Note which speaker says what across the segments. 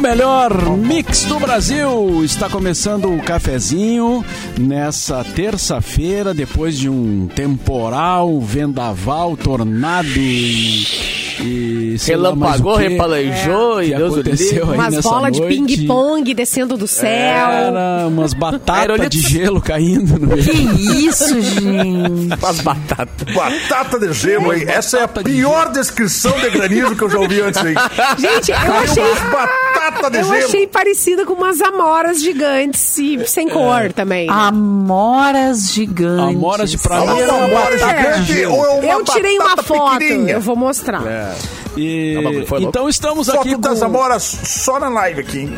Speaker 1: melhor mix do Brasil. Está começando o cafezinho nessa terça-feira, depois de um temporal, vendaval, tornado e e
Speaker 2: relampagou, repalejou e
Speaker 1: É. que
Speaker 2: Deus o
Speaker 1: aconteceu
Speaker 2: livre.
Speaker 1: aí
Speaker 3: Umas
Speaker 1: nessa
Speaker 3: bolas de
Speaker 1: noite.
Speaker 3: ping-pong é descendo do céu.
Speaker 1: Era umas batatas
Speaker 2: Aerolito-
Speaker 1: de gelo caindo no meio.
Speaker 3: Que isso, gente?
Speaker 2: Faz batata.
Speaker 4: Batata de gelo, hein? Essa é a pior descrição de granizo que eu já ouvi antes, hein?
Speaker 3: Gente, eu achei.
Speaker 4: Umas batata de
Speaker 3: Eu
Speaker 4: gelo.
Speaker 3: achei parecida com umas amoras gigantes e sem cor também.
Speaker 5: Ah, Amoras gigantes.
Speaker 1: Amoras de
Speaker 4: É
Speaker 1: praia.
Speaker 4: uma
Speaker 1: Era uma
Speaker 4: amora
Speaker 1: batata de
Speaker 4: gigante
Speaker 1: gelo.
Speaker 4: ou é uma
Speaker 3: eu tirei uma
Speaker 4: batata
Speaker 3: foto,
Speaker 4: pequenininha?
Speaker 3: eu vou mostrar.
Speaker 1: E-
Speaker 2: Tá bom, foi louco.
Speaker 1: então estamos aqui
Speaker 4: Foto das
Speaker 1: com,
Speaker 4: amoras só na live aqui, hein?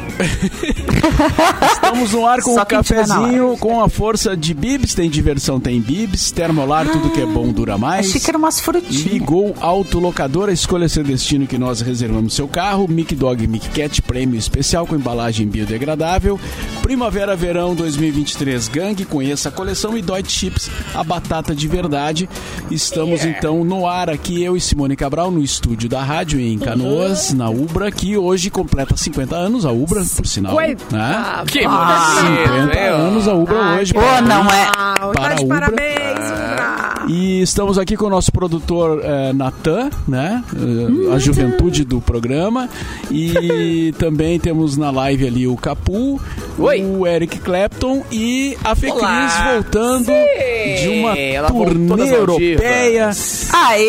Speaker 1: estamos no ar com
Speaker 5: Só
Speaker 1: o
Speaker 5: quem tiver na
Speaker 1: cafezinho, com a força de Bibs, tem diversão, tem Bibs, termolar, tudo que é bom dura mais.
Speaker 5: Achei que eram umas frutinhas.
Speaker 1: Ligou Autolocadora, escolha seu destino que nós reservamos seu carro. Mic Dog Mic Cat, prêmio especial com embalagem biodegradável. Primavera Verão 2023 Gangue, conheça a coleção e Dói Chips, a batata de verdade. Estamos então no ar aqui, eu e Simone Cabral, no estúdio da rádio em Canoas, na Ubra, que hoje completa 50 anos, a Ubra, por sinal. Né?
Speaker 2: Que bonito,
Speaker 1: 50
Speaker 2: hein, ó.
Speaker 1: anos a Ubra hoje.
Speaker 5: Ô, não é.
Speaker 3: Ah, tá
Speaker 1: Para
Speaker 3: de
Speaker 1: a Ubra.
Speaker 3: parabéns, um Ubra.
Speaker 1: E estamos aqui com o nosso produtor eh, Natan, né? Eh, a juventude do programa. E também temos na live ali o Capu,
Speaker 2: Oi.
Speaker 1: o Eric Clapton e a Fê
Speaker 2: Olá.
Speaker 1: Cris voltando de uma
Speaker 2: ela voltou
Speaker 1: turnê
Speaker 2: das
Speaker 1: europeia.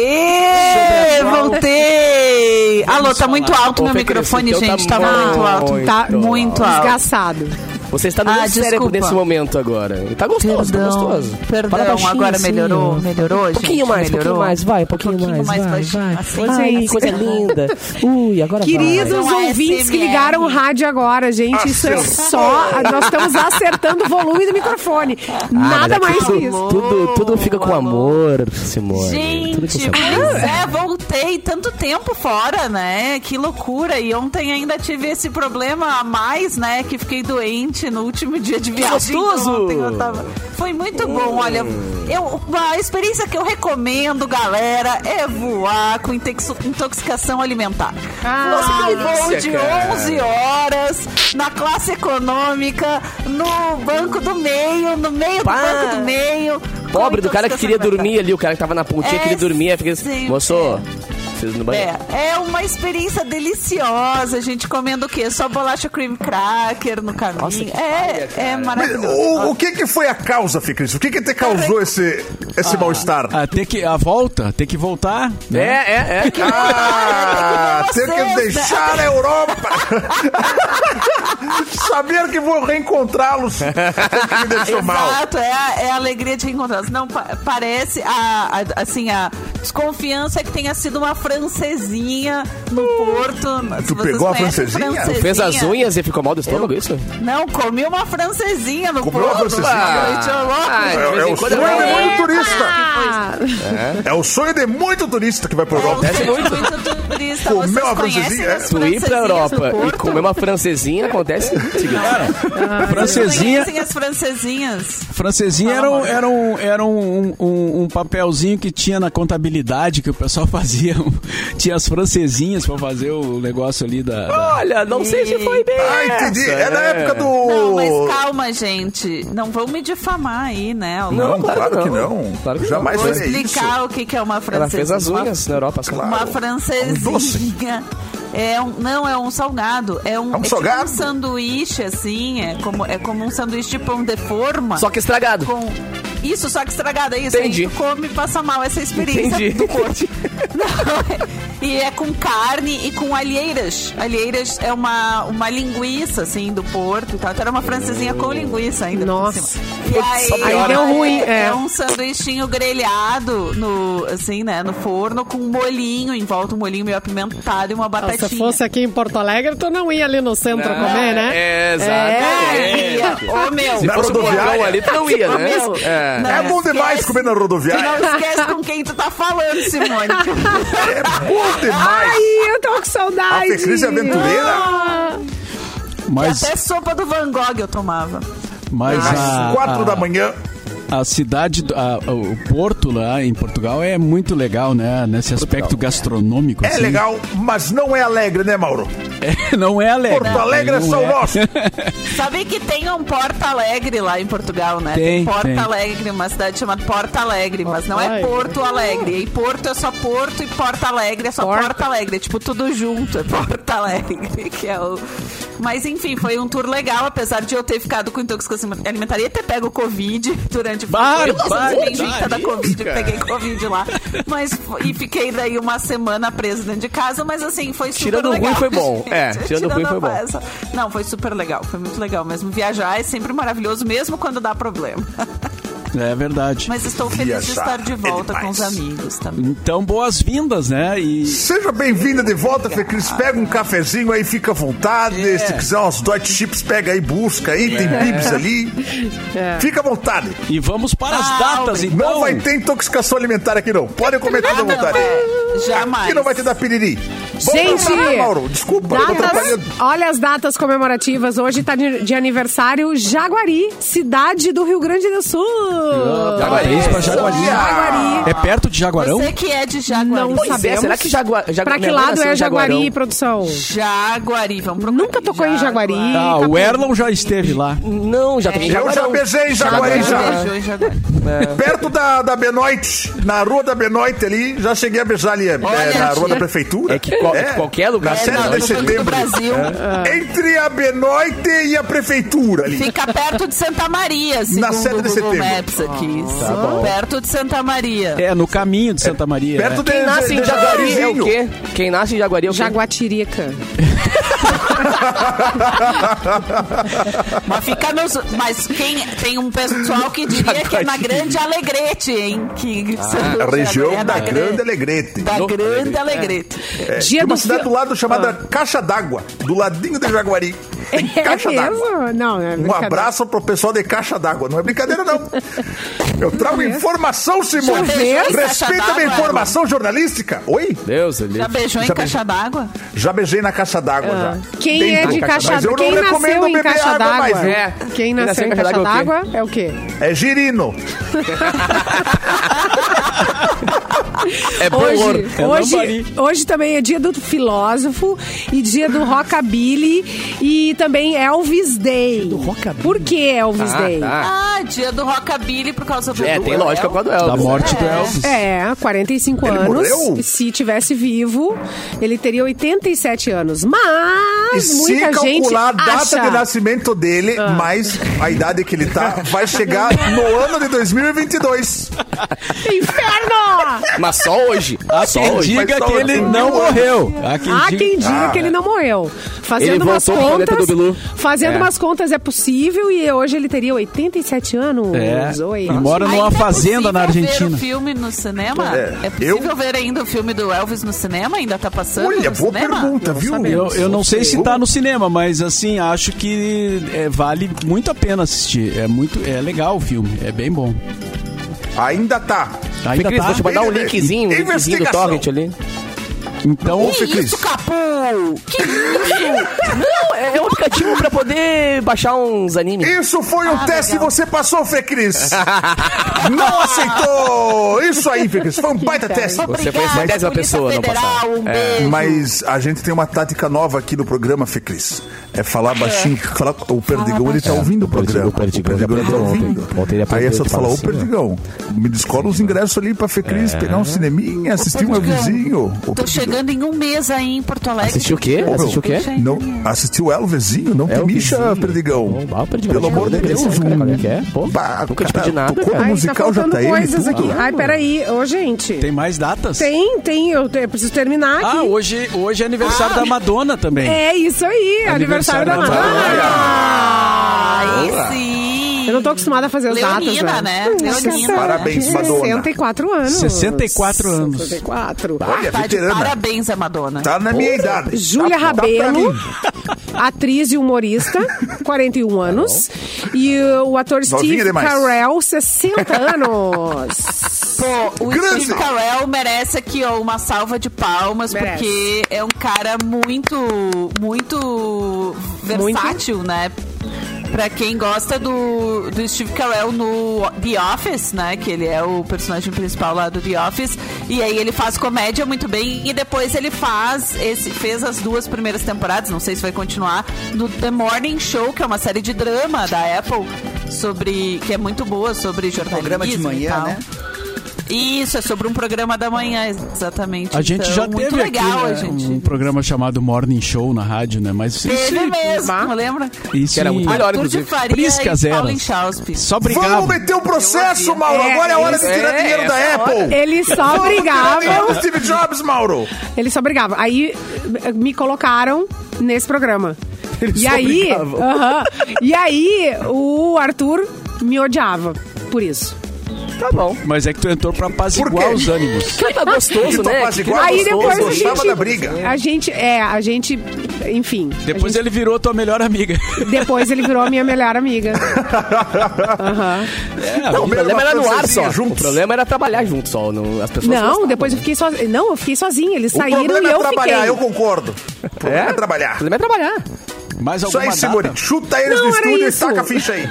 Speaker 5: Aê! Voltei! Alô, tá
Speaker 1: falar.
Speaker 5: muito alto
Speaker 2: Ô,
Speaker 5: meu
Speaker 2: Fê Cris,
Speaker 5: microfone,
Speaker 2: o teu
Speaker 5: gente.
Speaker 2: tá
Speaker 5: Tava muito alto.
Speaker 2: muito
Speaker 5: Tá
Speaker 2: alto.
Speaker 5: muito alto.
Speaker 3: Desgraçado.
Speaker 2: Você está no
Speaker 5: Ah,
Speaker 2: meu cérebro
Speaker 5: desculpa.
Speaker 2: nesse momento agora. E Tá gostoso, tá
Speaker 5: Perdão,
Speaker 2: gostoso. Fala
Speaker 5: perdão.
Speaker 2: baixinho,
Speaker 5: Agora
Speaker 2: assim,
Speaker 5: melhorou, melhorou, gente.
Speaker 2: pouquinho mais, um
Speaker 5: melhorou. Um
Speaker 2: pouquinho mais, vai, pouquinho mais, vai,
Speaker 5: baixinho,
Speaker 2: vai.
Speaker 5: assim.
Speaker 2: Pois
Speaker 3: Ai,
Speaker 2: Coisa linda. Ui, agora
Speaker 3: Queridos
Speaker 5: Não é
Speaker 3: ouvintes que
Speaker 5: SMR.
Speaker 3: ligaram o rádio agora, gente, isso é só. Nós estamos acertando o volume do microfone. Nada
Speaker 6: é
Speaker 3: mais que
Speaker 2: é tudo,
Speaker 3: isso.
Speaker 2: Tudo, tudo fica com amor, Simone. tudo com
Speaker 5: Gente,
Speaker 2: sabor.
Speaker 5: pois é, voltei tanto tempo fora, né? Que loucura. E ontem ainda tive esse problema a mais, né? Que fiquei doente no último dia de viagem. Então,
Speaker 2: gostoso!
Speaker 5: ontem eu tava- Foi muito bom, olha. Eu, a experiência que eu recomendo, galera, é voar com intex- intoxicação alimentar. Nossa, que voo de 11 horas, na classe econômica, no banco do meio, no meio
Speaker 2: Pá!
Speaker 5: do banco do meio. com
Speaker 2: Pobre do cara que
Speaker 5: intoxicação
Speaker 2: queria
Speaker 5: alimentar.
Speaker 2: dormir ali, o cara que tava na pontinha
Speaker 5: É,
Speaker 2: queria dormir. Aí fica assim,
Speaker 5: sim,
Speaker 2: moço,
Speaker 5: é.
Speaker 2: preciso ir no banheiro.
Speaker 5: É, é uma experiência deliciosa, a gente comendo o quê? Só bolacha cream cracker no caminho.
Speaker 2: Nossa, que
Speaker 5: é, é
Speaker 4: Mas
Speaker 5: maravilhoso.
Speaker 4: o, o que que foi a causa, Fê Cris? O que que te causou esse, esse mal-estar?
Speaker 1: Ah, ter que, a volta, ter que voltar.
Speaker 2: É,
Speaker 1: Né?
Speaker 2: é, é.
Speaker 4: Ah,
Speaker 5: Vocês,
Speaker 4: ter que
Speaker 5: né?
Speaker 4: deixar a Europa! Saber que vou reencontrá-los foi o que me deixou mal.
Speaker 5: Exato, é, a- é a alegria de reencontrá-los. Não, pa- parece, a, a- assim, a desconfiança que tenha sido uma francesinha no Porto.
Speaker 4: Tu
Speaker 5: Vocês
Speaker 4: pegou a
Speaker 5: conhecem
Speaker 4: francesinha?
Speaker 2: Fez as unhas e ficou mal do estômago, isso?
Speaker 5: Não, comi uma francesinha no
Speaker 4: Comeu uma
Speaker 5: Porto.
Speaker 4: francesinha?
Speaker 5: gente, eu louco.
Speaker 2: Ah, de
Speaker 4: É,
Speaker 2: vez
Speaker 4: é
Speaker 2: em
Speaker 4: o
Speaker 2: quando
Speaker 4: sonho
Speaker 2: eu vou-
Speaker 4: de muito turista!
Speaker 3: Ah,
Speaker 4: É o sonho de muito turista que vai pra Europa.
Speaker 2: Acontece muito.
Speaker 5: É, turista.
Speaker 4: Comeu
Speaker 5: Vocês conhecem
Speaker 4: uma francesinha? é?
Speaker 5: as
Speaker 2: Tu ir pra
Speaker 5: francesinhas
Speaker 2: Europa
Speaker 5: do
Speaker 2: e
Speaker 5: Porto?
Speaker 2: comer uma francesinha acontece. Ah,
Speaker 1: Francesinha,
Speaker 2: é
Speaker 5: Vocês conhecem as francesinhas?
Speaker 1: francesinha era, um, era, um, era um, um- um papelzinho que tinha na contabilidade que o pessoal fazia. um, tinha as francesinhas pra fazer o negócio ali da- da
Speaker 2: Olha, não sei se foi bem.
Speaker 4: Ah, entendi.
Speaker 2: essa,
Speaker 4: É da
Speaker 2: né?
Speaker 4: época do.
Speaker 5: Não, mas calma, gente. Não vão me difamar aí, né? ao
Speaker 4: Não,
Speaker 5: longo.
Speaker 4: claro,
Speaker 2: claro
Speaker 4: que
Speaker 2: que
Speaker 4: não.
Speaker 2: Claro que não.
Speaker 4: Jamais
Speaker 5: Vou
Speaker 4: faria isso.
Speaker 5: explicar o que que é uma francesinha.
Speaker 2: Ela fez as
Speaker 5: Uma-
Speaker 2: unhas É na Europa. só.
Speaker 5: Uma
Speaker 4: Um doce.
Speaker 5: francesinha. É um, não, é um salgado. É um,
Speaker 4: É um
Speaker 5: tipo
Speaker 4: salgado?
Speaker 5: um sanduíche, assim. É como, é como um sanduíche de pão de forma.
Speaker 2: Só que estragado.
Speaker 5: com. Isso, só que estragada, é isso.
Speaker 2: Entendi.
Speaker 5: Aí tu come e passa mal essa é a experiência
Speaker 2: Entendi.
Speaker 5: do corpo. Não, é- e é com carne e com alheiras. Alheiras é uma, uma linguiça, assim, do porto e tal. Então era uma francesinha com linguiça ainda. por
Speaker 3: Nossa.
Speaker 5: cima. E aí,
Speaker 2: só piora. Aí
Speaker 3: deu ruim,
Speaker 5: É,
Speaker 3: é.
Speaker 5: um sanduichinho grelhado no, assim, né, no forno com um molinho em volta, um molinho meio apimentado e uma batatinha.
Speaker 3: se fosse aqui em Porto Alegre, tu não ia ali no centro comer, né?
Speaker 2: É, exatamente. É.
Speaker 5: é,
Speaker 4: É.
Speaker 5: Ô, meu.
Speaker 2: Se
Speaker 4: Na
Speaker 2: fosse um
Speaker 4: rodoviária.
Speaker 2: bocão ali, tu não ia, né?
Speaker 5: Meu.
Speaker 2: É.
Speaker 5: Não,
Speaker 4: É bom demais
Speaker 5: esquece.
Speaker 4: comer na
Speaker 5: Tu não
Speaker 4: rodoviária.
Speaker 5: esquece com quem tu tá falando, Simone.
Speaker 4: É bom demais.
Speaker 3: Ai, eu tô com
Speaker 4: A
Speaker 3: saudade. Ah,
Speaker 4: Fê Cris é aventureira.
Speaker 1: Mas,
Speaker 4: Oh,
Speaker 5: Até sopa do Van Gogh eu tomava.
Speaker 1: mas
Speaker 4: Às
Speaker 1: a,
Speaker 4: quatro
Speaker 1: a-
Speaker 4: da manhã.
Speaker 1: a cidade, do- a- a- o Porto lá em Portugal é muito legal, né? Nesse aspecto gastronômico.
Speaker 4: É
Speaker 1: assim.
Speaker 4: legal, mas não é alegre, né, Mauro?
Speaker 1: É, não é alegre.
Speaker 4: Porto Alegre é
Speaker 1: Não
Speaker 4: só o nosso.
Speaker 5: Sabe que tem um Porto Alegre lá em Portugal, né?
Speaker 1: Tem,
Speaker 5: Porto
Speaker 1: tem.
Speaker 5: Alegre, uma cidade chamada Porto Alegre, mas não é Porto Alegre. E Porto é só Porto e Porto Alegre é só Porto, Alegre. É tipo tudo junto, é Porto Alegre, que é o. Mas enfim, foi um tour legal, apesar de eu ter ficado com intoxicação alimentar e ter pego Covid durante
Speaker 1: Barbaridade,
Speaker 5: Eu não sou bendita da Covid, peguei Covid lá. Mas f- e fiquei daí uma semana presa dentro de casa, mas assim, foi super
Speaker 2: Tirando o ruim
Speaker 5: legal.
Speaker 2: foi bom.
Speaker 5: gente.
Speaker 2: É, tirando o ruim foi
Speaker 5: a
Speaker 2: bom.
Speaker 5: paz. Essa- Não, foi super legal, foi muito legal mesmo. Viajar é sempre maravilhoso, mesmo quando dá problema.
Speaker 1: É verdade.
Speaker 5: Mas estou feliz de
Speaker 4: Viajar
Speaker 5: estar de
Speaker 4: é
Speaker 5: volta com
Speaker 4: demais.
Speaker 5: os amigos também.
Speaker 1: Então, boas-vindas, né? E
Speaker 4: Seja bem-vinda de volta, Fê Cris. Pega um cafezinho aí, fica à vontade.
Speaker 1: É.
Speaker 4: Se quiser umas Dot Chips, pega aí, busca aí. Tem bibs ali. Fica à vontade.
Speaker 1: E vamos para as
Speaker 5: Ah,
Speaker 1: datas,
Speaker 5: Albert.
Speaker 1: então.
Speaker 4: Não vai ter intoxicação alimentar aqui, não. Pode comer tudo à vontade.
Speaker 5: Ah, É, jamais.
Speaker 4: Aqui não vai te dar piriri.
Speaker 3: Gente,
Speaker 4: Volta, Mauro, desculpa. eu tô
Speaker 3: Datas,
Speaker 4: atrapalhando.
Speaker 3: olha as datas comemorativas. Hoje tá de, de aniversário Jaguari, cidade do Rio Grande do Sul.
Speaker 1: Parabéns
Speaker 4: Ah,
Speaker 2: Tá
Speaker 1: pra Jaguari.
Speaker 3: Jaguari.
Speaker 1: É perto de Jaguarão?
Speaker 5: Você que é de Jaguari.
Speaker 3: Não
Speaker 2: Pois é,
Speaker 3: sabemos.
Speaker 2: será que Jagua- Jagu-
Speaker 3: Pra que
Speaker 2: minha mãe
Speaker 3: lado
Speaker 2: nasceu
Speaker 3: é
Speaker 2: em Jaguarão.
Speaker 3: Jaguari, produção?
Speaker 5: Jaguari, vamos procurar.
Speaker 3: Nunca tocou em Jaguari. tá
Speaker 1: Ah, o Erlon já esteve lá.
Speaker 2: Não, já tem
Speaker 4: Eu já beijei em
Speaker 5: Jaguari.
Speaker 4: Jaguari, já.
Speaker 5: Beijou em Jaguari.
Speaker 4: Perto da, da Benoit, na rua da Benoit ali, já cheguei a beijar ali, é,
Speaker 5: Olha,
Speaker 4: na rua
Speaker 5: tia.
Speaker 4: da prefeitura.
Speaker 2: É que qual- qualquer lugar né?
Speaker 4: Na
Speaker 5: É,
Speaker 4: 7
Speaker 5: não,
Speaker 4: de
Speaker 5: no Banco do
Speaker 4: setembro.
Speaker 5: Brasil.
Speaker 4: Entre a Benoit e a prefeitura ali.
Speaker 5: Fica perto de Santa Maria, segundo
Speaker 4: É. sede
Speaker 5: o
Speaker 4: de
Speaker 5: Google
Speaker 4: setembro.
Speaker 5: Maps aqui.
Speaker 2: Tá
Speaker 5: perto de Santa Maria.
Speaker 1: É, no caminho de Santa Maria.
Speaker 4: Perto
Speaker 1: é.
Speaker 4: de,
Speaker 2: Quem nasce em
Speaker 4: de
Speaker 2: Jaguari é o
Speaker 4: Jaguarizinho.
Speaker 2: quê? Quem nasce em Jaguari é o quê?
Speaker 3: Jaguatirica.
Speaker 5: Mas fica nos. Mas quem, tem um pessoal que diria que é na Grande Alegrete, hein? Que,
Speaker 4: Ah, A região
Speaker 5: é na
Speaker 4: da
Speaker 5: Grande-
Speaker 4: Grande Alegrete.
Speaker 5: Da Grande Alegrete.
Speaker 4: É,
Speaker 3: Dia
Speaker 4: tem uma
Speaker 3: do
Speaker 4: cidade
Speaker 3: fi-
Speaker 4: do lado chamada Caixa d'Água, do ladinho de Jaguari. Tem Caixa
Speaker 3: É
Speaker 4: d'Água.
Speaker 3: mesmo? Não, é
Speaker 4: Um
Speaker 3: brincadeira.
Speaker 4: abraço pro pessoal de Caixa d'Água. Não é brincadeira, não. Eu trago informação, Simone.
Speaker 5: Já fez Caixa
Speaker 4: Respeita a
Speaker 5: d'Água,
Speaker 4: minha informação jornalística. Oi?
Speaker 2: Deus, ele...
Speaker 5: Já beijou em
Speaker 4: Já
Speaker 5: caixa d'água?
Speaker 4: Já beijei na Caixa d'Água, já.
Speaker 3: Quem
Speaker 4: Dentro
Speaker 3: é
Speaker 4: da
Speaker 3: de caixa
Speaker 4: Mas eu
Speaker 3: d'água?
Speaker 4: não
Speaker 3: Quem
Speaker 4: recomendo
Speaker 3: nasceu em
Speaker 4: beber
Speaker 3: caixa
Speaker 4: água mais,
Speaker 3: d'água?
Speaker 4: viu?
Speaker 2: É.
Speaker 3: Quem nasceu em caixa d'água é o quê?
Speaker 4: É girino.
Speaker 2: É bom ouro.
Speaker 3: Hoje,
Speaker 1: É
Speaker 3: hoje,
Speaker 1: lambari.
Speaker 3: hoje também é dia do filósofo e dia do rockabilly e também Elvis Day. Do rockabilly. Por que Elvis Day?
Speaker 2: Ah,
Speaker 5: Ah, dia do rockabilly por causa do.
Speaker 2: tá. É,
Speaker 5: do
Speaker 2: tem lógica
Speaker 5: Elvis.
Speaker 2: com a do Elvis.
Speaker 1: Da morte do
Speaker 5: É.
Speaker 1: Elvis.
Speaker 3: É, 45
Speaker 4: Ele
Speaker 3: anos.
Speaker 4: morreu?
Speaker 3: Se tivesse vivo, ele teria 87 anos.
Speaker 4: E
Speaker 3: Mas
Speaker 4: se
Speaker 3: muita gente
Speaker 4: calcular a data
Speaker 3: acha... Ah.
Speaker 4: de nascimento dele, mais a idade que ele tá, vai chegar no ano de 2022.
Speaker 3: Inferno!
Speaker 2: Mas só hoje.
Speaker 1: Há
Speaker 2: só
Speaker 1: Ah, quem
Speaker 2: hoje.
Speaker 1: diga
Speaker 4: só um
Speaker 1: que
Speaker 4: hoje.
Speaker 1: ele não morreu. Há quem
Speaker 3: Há
Speaker 1: diga-
Speaker 3: quem diga
Speaker 4: Ah.
Speaker 3: que ele não morreu. Fazendo
Speaker 2: Ele
Speaker 3: umas
Speaker 2: voltou pro planeta
Speaker 3: contas.
Speaker 2: do Bilu.
Speaker 3: Fazendo
Speaker 2: É.
Speaker 3: umas contas é possível e hoje ele teria 87 anos.
Speaker 1: É.
Speaker 3: Oi.
Speaker 1: E mora
Speaker 5: Ainda
Speaker 1: numa
Speaker 5: é
Speaker 1: fazenda na
Speaker 5: possível ver
Speaker 1: Argentina.
Speaker 5: o filme no cinema?
Speaker 4: É.
Speaker 5: É, possível ver ainda o filme do Elvis no cinema? Ainda tá passando
Speaker 4: Olha,
Speaker 5: no
Speaker 4: boa
Speaker 3: né,
Speaker 5: cinema?
Speaker 4: pergunta, viu?
Speaker 1: Eu, eu não sei se tá no cinema, mas assim, acho que é, vale muito a pena assistir. É muito, é legal o filme, é bem bom.
Speaker 4: Ainda tá.
Speaker 2: Fê
Speaker 1: Ainda
Speaker 2: Cris, vou te
Speaker 1: tá?
Speaker 2: mandar um linkzinho, um linkzinho do
Speaker 4: Investigação.
Speaker 2: torrent ali.
Speaker 1: Então,
Speaker 4: Fê
Speaker 5: Que
Speaker 4: Cris.
Speaker 5: isso, Capu? Que isso?
Speaker 2: Não, é é um aplicativo pra poder baixar uns animes.
Speaker 4: Isso foi um
Speaker 5: Ah,
Speaker 4: teste
Speaker 5: legal.
Speaker 4: e você passou, Fê Cris. não aceitou. Isso aí, Fê Cris. Foi um baita teste.
Speaker 2: Você foi
Speaker 5: Obrigada,
Speaker 2: essa décima
Speaker 5: Polícia
Speaker 2: pessoa no
Speaker 5: Federal,
Speaker 2: passado.
Speaker 5: um beijo.
Speaker 4: Mas a gente tem uma tática nova aqui no programa, Fê Cris. É falar baixinho. Falar, o Perdigão, ele tá ouvindo o programa.
Speaker 2: o Ah, Perdigão já
Speaker 4: ele tá
Speaker 2: aprendeu
Speaker 4: ouvindo.
Speaker 2: ontem. Ontem ele
Speaker 4: Aí é
Speaker 2: aprendeu
Speaker 4: só
Speaker 2: de
Speaker 4: tu falar,
Speaker 2: falar
Speaker 4: ô
Speaker 2: assim, É.
Speaker 4: Perdigão, me descola os ingressos ali pra Fê Cris, pegar um cineminha, assistir um
Speaker 5: Perdigão,
Speaker 4: avizinho. Ô,
Speaker 5: Tô
Speaker 4: Perdigão.
Speaker 5: chegando em um mês aí em Porto Alegre.
Speaker 2: Assistiu o quê?
Speaker 4: Ô, meu,
Speaker 2: Assistiu o quê?
Speaker 5: Puxa,
Speaker 4: Não, assistiu Elvezinho? Não te
Speaker 2: Elvezinho.
Speaker 4: mixa, Perdigão.
Speaker 2: Ah, o Perdigão.
Speaker 4: Pelo amor de Deus,
Speaker 6: né?
Speaker 2: Cara,
Speaker 4: um-
Speaker 2: qual é que é? Pô,
Speaker 4: Bah,
Speaker 2: nunca te
Speaker 4: cara,
Speaker 2: pedi nada,
Speaker 4: tocou
Speaker 2: cara.
Speaker 4: no
Speaker 3: Ai, tá
Speaker 4: É musical
Speaker 3: faltando
Speaker 4: JM,
Speaker 3: coisas
Speaker 4: tudo.
Speaker 3: aqui. Ai, peraí. Ô, gente.
Speaker 1: tem mais datas?
Speaker 3: Tem, tem. Eu, te- eu preciso terminar
Speaker 1: Ah,
Speaker 3: aqui.
Speaker 1: hoje, hoje é aniversário
Speaker 5: Ah,
Speaker 1: da Madonna também.
Speaker 3: É isso aí.
Speaker 1: Aniversário
Speaker 3: Aniversário, da
Speaker 1: da
Speaker 3: Madonna.
Speaker 5: Ah, Aí sim.
Speaker 3: Eu não tô acostumada a fazer as
Speaker 5: Leonina,
Speaker 3: datas. Hum,
Speaker 5: né?
Speaker 3: Nossa,
Speaker 5: Leonina.
Speaker 4: Parabéns,
Speaker 3: que
Speaker 4: Madonna.
Speaker 3: 64 anos.
Speaker 1: 64 anos.
Speaker 3: 64.
Speaker 4: Olha,
Speaker 5: Tá de
Speaker 4: veterana.
Speaker 5: parabéns a Madonna.
Speaker 4: Tá na minha idade.
Speaker 3: Júlia
Speaker 4: Tá- tá pra
Speaker 3: Rabelo,
Speaker 4: mim.
Speaker 3: atriz e humorista, 41 anos. E uh, o ator Steve
Speaker 4: Tá demais.
Speaker 3: Carell, 60 anos.
Speaker 5: Pô, o
Speaker 4: Grande.
Speaker 5: Steve Carell merece aqui ó, uma salva de palmas,
Speaker 3: Merece.
Speaker 5: porque é um cara muito, muito versátil, né? Pra quem gosta do, do Steve Carell no The Office, né? Que ele é o personagem principal lá do The Office. E aí ele faz comédia muito bem. E depois ele faz esse, fez as duas primeiras temporadas, não sei se vai continuar, no The Morning Show, que é uma série de drama da Apple, sobre. que é muito boa, sobre jornalismo.
Speaker 7: Programa de
Speaker 5: e
Speaker 7: manhã,
Speaker 5: tal.
Speaker 7: né?
Speaker 5: Isso, é sobre um programa da manhã, exatamente.
Speaker 1: A gente
Speaker 5: Então,
Speaker 1: já
Speaker 5: muito
Speaker 1: teve
Speaker 5: legal,
Speaker 1: aqui, né,
Speaker 5: a gente.
Speaker 1: um programa chamado Morning Show na rádio, né? Mas isso,
Speaker 5: Teve mesmo, lembra?
Speaker 1: isso
Speaker 6: Que era muito
Speaker 1: em-
Speaker 6: melhor,
Speaker 5: Arthur de
Speaker 6: inclusive.
Speaker 5: Faria
Speaker 1: Prisca
Speaker 5: e
Speaker 1: Zero.
Speaker 5: Paulo Inchauspe.
Speaker 1: Só
Speaker 4: Vamos
Speaker 1: brigava.
Speaker 4: meter o processo, Mauro.
Speaker 3: É,
Speaker 4: Agora é a hora de
Speaker 6: isso.
Speaker 4: tirar
Speaker 6: É,
Speaker 4: dinheiro
Speaker 6: essa
Speaker 4: da
Speaker 6: é a hora.
Speaker 4: Apple.
Speaker 3: Eles só
Speaker 4: Vamos tirar dinheiro
Speaker 3: brigavam.
Speaker 4: do Steve Jobs, Mauro.
Speaker 3: Eles só brigavam. Aí me colocaram nesse programa.
Speaker 2: Eles
Speaker 3: e
Speaker 2: só
Speaker 3: aí,
Speaker 2: brigavam.
Speaker 3: aham. e aí o Arthur me odiava por isso.
Speaker 6: Tá bom.
Speaker 1: Mas é que tu entrou pra
Speaker 4: Por quê?
Speaker 1: apaziguar os ânimos.
Speaker 6: Tá gostoso,
Speaker 4: Tu
Speaker 6: né?
Speaker 4: Então faz igual
Speaker 3: aí
Speaker 4: gostoso,
Speaker 3: depois a
Speaker 4: gostava
Speaker 3: gente,
Speaker 4: da briga.
Speaker 3: a gente, é, a gente, enfim. a
Speaker 1: Depois
Speaker 3: gente-
Speaker 1: ele virou tua melhor amiga.
Speaker 3: depois ele virou a minha melhor amiga. Aham.
Speaker 1: É, a
Speaker 6: Não, o
Speaker 1: vida-
Speaker 6: problema era no ar só.
Speaker 4: Juntos.
Speaker 6: O problema era trabalhar junto só. Não, as pessoas
Speaker 3: Não,
Speaker 6: gostavam.
Speaker 3: depois eu fiquei sozinha. Não, eu fiquei sozinha. Eles
Speaker 4: O
Speaker 3: saíram
Speaker 4: problema
Speaker 3: e
Speaker 4: é
Speaker 3: eu
Speaker 4: trabalhar,
Speaker 3: fiquei.
Speaker 4: eu concordo. O problema é,
Speaker 6: O
Speaker 4: trabalhar.
Speaker 6: problema é trabalhar.
Speaker 1: mais
Speaker 4: Isso
Speaker 1: alguma
Speaker 4: aí,
Speaker 1: data?
Speaker 4: Simone. Chuta eles
Speaker 3: Não,
Speaker 4: no
Speaker 3: era
Speaker 4: estúdio e
Speaker 3: isso.
Speaker 4: saca a ficha aí.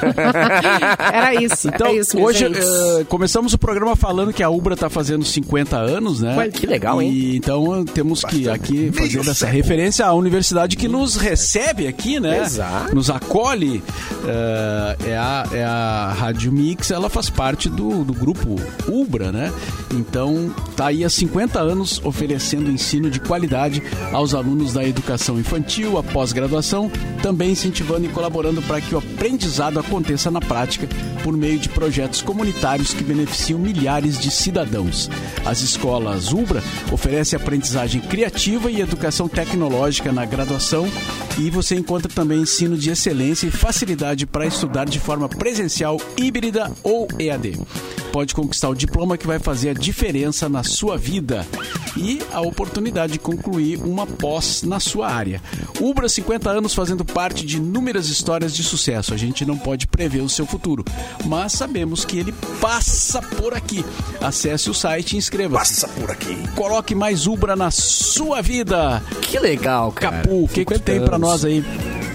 Speaker 3: Era isso.
Speaker 1: Então,
Speaker 3: era isso, minha
Speaker 1: hoje
Speaker 3: gente.
Speaker 1: eh, começamos o programa falando que a Ubra tá fazendo 50 anos, né?
Speaker 6: Ué, que legal, hein?
Speaker 1: E então eh, temos que aqui fazer essa
Speaker 4: século.
Speaker 1: referência à universidade que nos recebe aqui, né?
Speaker 6: Exato.
Speaker 1: Nos acolhe. eh, é, a, é a Rádio Mix, ela faz parte do, do grupo Ubra, né? Então, tá aí há 50 anos oferecendo ensino de qualidade aos alunos da educação infantil, a pós-graduação, também incentivando e colaborando para que o aprendizado aconteça na prática por meio de projetos comunitários que beneficiam milhares de cidadãos. As escolas Ubra oferecem aprendizagem criativa e educação tecnológica na graduação e você encontra também ensino de excelência e facilidade para estudar de forma presencial, híbrida ou EAD. Pode conquistar o diploma que vai fazer a diferença na sua vida e a oportunidade de concluir uma pós na sua área. Ubra 50 anos fazendo parte de inúmeras histórias de sucesso. A gente não pode prever o seu futuro, mas sabemos que ele passa por aqui. Acesse o site e inscreva-se.
Speaker 4: Passa por aqui.
Speaker 1: Coloque mais Ubra na sua vida.
Speaker 6: Que legal, cara.
Speaker 1: Capu, o que, que tu
Speaker 6: 50
Speaker 1: tem pra
Speaker 6: anos.
Speaker 1: nós aí?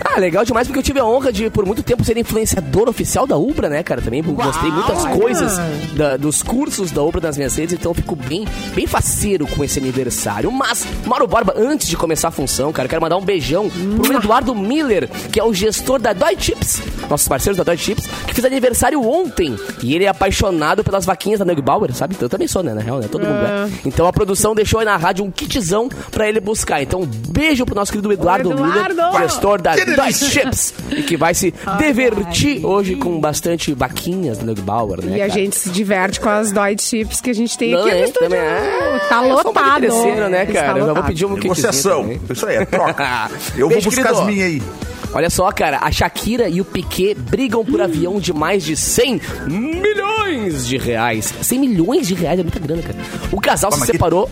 Speaker 6: Ah, legal demais, porque eu tive a honra de, por muito tempo, ser influenciador oficial da Ubra, né, cara? Também gostei muitas coisas da- dos cursos da Ubra nas minhas redes, então eu fico bem, bem faceiro com esse aniversário. Mas, Mauro Borba, antes de começar a função, cara, eu quero mandar um beijão pro Eduardo Miller, que é o gestor da Dói Chips, nossos parceiros da Dói Chips, que fez aniversário ontem. E ele é apaixonado pelas vaquinhas da Nug Bauer, sabe? Eu também sou, né? Na real, né? Todo mundo é. Então a produção deixou aí na rádio um kitzão pra ele buscar. Então, um beijo pro nosso querido Eduardo,
Speaker 3: Eduardo!
Speaker 6: Miller, gestor gestor da
Speaker 4: Que
Speaker 6: Dói Chips e que vai se divertir hoje com bastante vaquinhas do Nug Bauer, né?
Speaker 3: E a
Speaker 6: cara?
Speaker 3: gente se diverte com as Dói Chips que a gente tem
Speaker 6: Não
Speaker 3: aqui no
Speaker 6: é,
Speaker 3: estúdio.
Speaker 6: também é.
Speaker 3: Tá
Speaker 6: Eu sou um
Speaker 3: lotado.
Speaker 6: interesseiro, né,
Speaker 3: Está
Speaker 6: cara? Eu já vou
Speaker 3: lotado.
Speaker 6: pedir um
Speaker 4: Negociação.
Speaker 6: kitzinho também.
Speaker 4: Isso aí, é troca. Eu vou
Speaker 6: Beijo,
Speaker 4: buscar
Speaker 6: querido.
Speaker 4: as minhas aí.
Speaker 6: Olha só, cara, a Shakira e o Piquet brigam por avião de mais de 100 milhões de reais. 100 milhões de reais é muita grana, cara. O casal
Speaker 4: Pô,
Speaker 6: se
Speaker 4: mas que-
Speaker 6: separou.